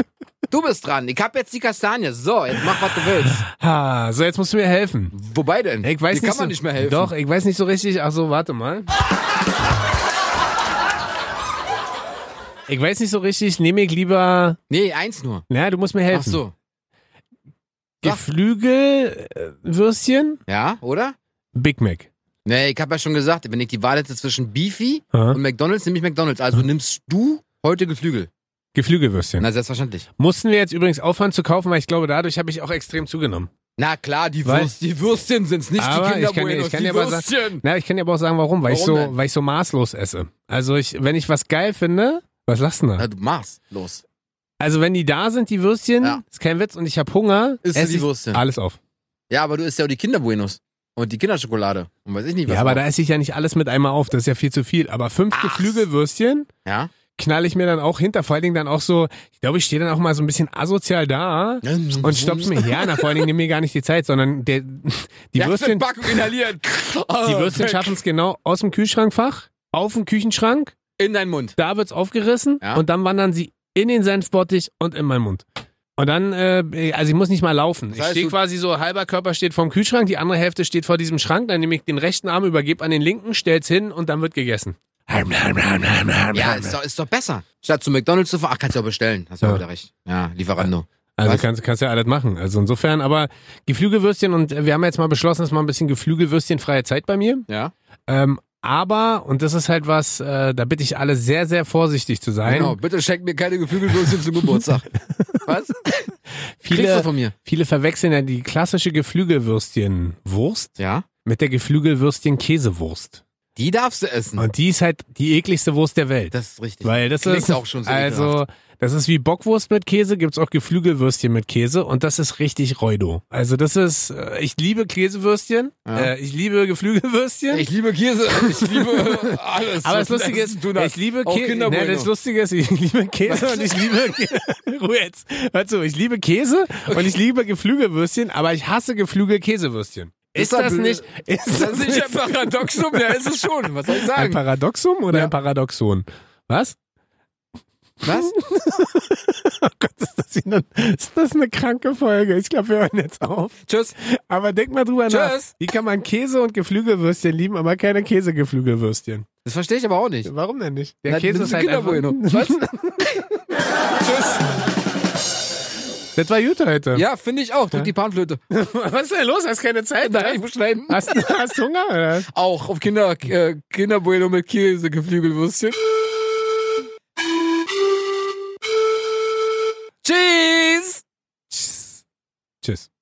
S1: du bist dran. Ich habe jetzt die Kastanie. So, jetzt mach, was du willst.
S2: Ha, so, jetzt musst du mir helfen.
S1: Wobei denn?
S2: Ich weiß
S1: Dir
S2: nicht
S1: kann man
S2: so,
S1: nicht mehr helfen.
S2: Doch, ich weiß nicht so richtig. Ach so, warte mal. Ich weiß nicht so richtig, nehme ich lieber.
S1: Nee, eins nur.
S2: Na, du musst mir helfen.
S1: Ach so. sag.
S2: Geflügelwürstchen,
S1: Ja, oder?
S2: Big Mac.
S1: Nee, ich habe ja schon gesagt, wenn ich die Wahl hätte zwischen Beefy
S2: Aha.
S1: und McDonalds, nehme ich McDonalds. Also nimmst du heute Geflügel.
S2: Geflügelwürstchen.
S1: Na, selbstverständlich.
S2: Mussten wir jetzt übrigens aufhören zu kaufen, weil ich glaube, dadurch habe ich auch extrem zugenommen.
S1: Na klar, die,
S2: Weil-
S1: Würst, die Würstchen sind's, nicht
S2: Aber
S1: die
S2: ich
S1: Kinder
S2: kann dir-
S1: Buenos,
S2: ich kann
S1: die
S2: dir aber sagen-
S1: Würstchen.
S2: Na, ich kann dir aber auch sagen, warum, weil
S1: Warum
S2: ich so,
S1: denn?
S2: weil ich so maßlos esse. Also ich, wenn ich was geil finde, was lachst du denn
S1: Na,
S2: da?
S1: du machst. Los.
S2: Also wenn die da sind, die Würstchen,
S1: Ja.
S2: ist kein Witz und ich habe Hunger,
S1: Isst du
S2: esse
S1: die
S2: ich
S1: Würstchen?
S2: alles auf.
S1: Ja, aber du isst ja auch die Kinder Buenos. Und die Kinderschokolade. Und weiß ich nicht, was.
S2: Ja, aber
S1: noch.
S2: da esse ich ja nicht alles mit einmal auf, das ist ja viel zu viel. Aber fünf Geflügelwürstchen
S1: Ja?
S2: knall ich mir dann auch hinter, vor allen Dingen dann auch so, ich glaube, ich stehe dann auch mal so ein bisschen asozial da und stopf's mir. Ja, na, vor allen Dingen nehme mir gar nicht die Zeit, sondern der, die
S1: Ja,
S2: Würstchen,
S1: Backen inhalieren.
S2: die Würstchen schaffen es genau aus dem Kühlschrankfach, auf den Küchenschrank,
S1: In deinen Mund.
S2: da wird's aufgerissen
S1: Ja.
S2: und dann wandern sie in den Senfbottich und in meinen Mund. Und dann, äh, also ich muss nicht mal laufen.
S1: heißt,
S2: ich stehe
S1: du-
S2: quasi so, halber Körper steht vorm Kühlschrank, die andere Hälfte steht vor diesem Schrank, dann nehme ich den rechten Arm, übergebe an den linken, stell's hin und dann wird gegessen.
S1: Ja,
S2: Ja,
S1: ist doch, ist doch besser. Statt zu McDonalds zu fahren. Ach, kannst du ja bestellen. Hast du
S2: Ja.
S1: ja. wieder recht. Ja, Lieferando.
S2: also
S1: was?
S2: kannst, kannst ja alles machen. Also insofern, aber Geflügelwürstchen und äh, wir haben jetzt mal beschlossen, dass mal ein bisschen Geflügelwürstchen freie Zeit bei mir.
S1: Ja.
S2: Ähm, aber, und das ist halt was, äh, da bitte ich alle sehr, sehr vorsichtig zu sein.
S1: Genau, bitte schenk mir keine Geflügelwürstchen zum Geburtstag. Was? Kriegst du
S2: Viele,
S1: von mir.
S2: Viele verwechseln ja die klassische Geflügelwürstchenwurst
S1: Ja.
S2: mit der Geflügelwürstchen-Käsewurst.
S1: Die darfst du essen.
S2: Und die ist halt die ekligste Wurst der Welt.
S1: Mhm. das ist richtig.
S2: weil das
S1: klingt
S2: ist
S1: auch schon so
S2: also das ist wie Bockwurst mit Käse, gibt's auch Geflügelwürstchen mit Käse und das ist richtig Reudo. Also das ist äh, ich liebe Käsewürstchen,
S1: Ja.
S2: äh, ich liebe Geflügelwürstchen.
S1: ich liebe Käse, ich liebe alles.
S2: aber
S1: was
S2: das Lustige
S1: Essen
S2: ist,
S1: tun hat.
S2: ich liebe
S1: Auch
S2: Käse.
S1: Kinder
S2: Nee, das
S1: Bueno.
S2: Lustige ist, ich liebe Käse und ich liebe Ruhe jetzt. Hör zu, ich liebe Käse und ich liebe Geflügelwürstchen, aber ich hasse Geflügel-Käsewürstchen.
S1: ist
S2: Ist das
S1: blöd.
S2: nicht, ist das nicht
S1: ein Paradoxum? Ja, ist es schon. Was soll ich
S2: ein
S1: sagen?
S2: Paradoxum oder
S1: Ja.
S2: ein Paradoxon? Was?
S1: Was?
S2: Oh Gott, ist das, hier eine, ist das eine kranke Folge? Ich glaube, wir hören jetzt auf.
S1: Tschüss.
S2: Aber denk mal drüber nach.
S1: Tschüss.
S2: Wie kann man Käse und Geflügelwürstchen lieben, aber keine Käsegeflügelwürstchen?
S1: Das verstehe ich aber auch nicht.
S2: Warum denn nicht?
S1: Na, nimmst
S2: halt
S1: du Kinder Bueno. Was? Tschüss.
S2: Das war gut heute.
S1: Ja, finde ich auch. Drück die Panflöte.
S2: Was ist denn los? Hast keine Zeit?
S1: Nein, ich muss schneiden.
S2: Hast, hast Hunger? Oder?
S1: Auch auf Kinder, äh, Kinderbueno mit Käse, Geflügelwürstchen. Cheese!
S2: Tschüss. Tschüss.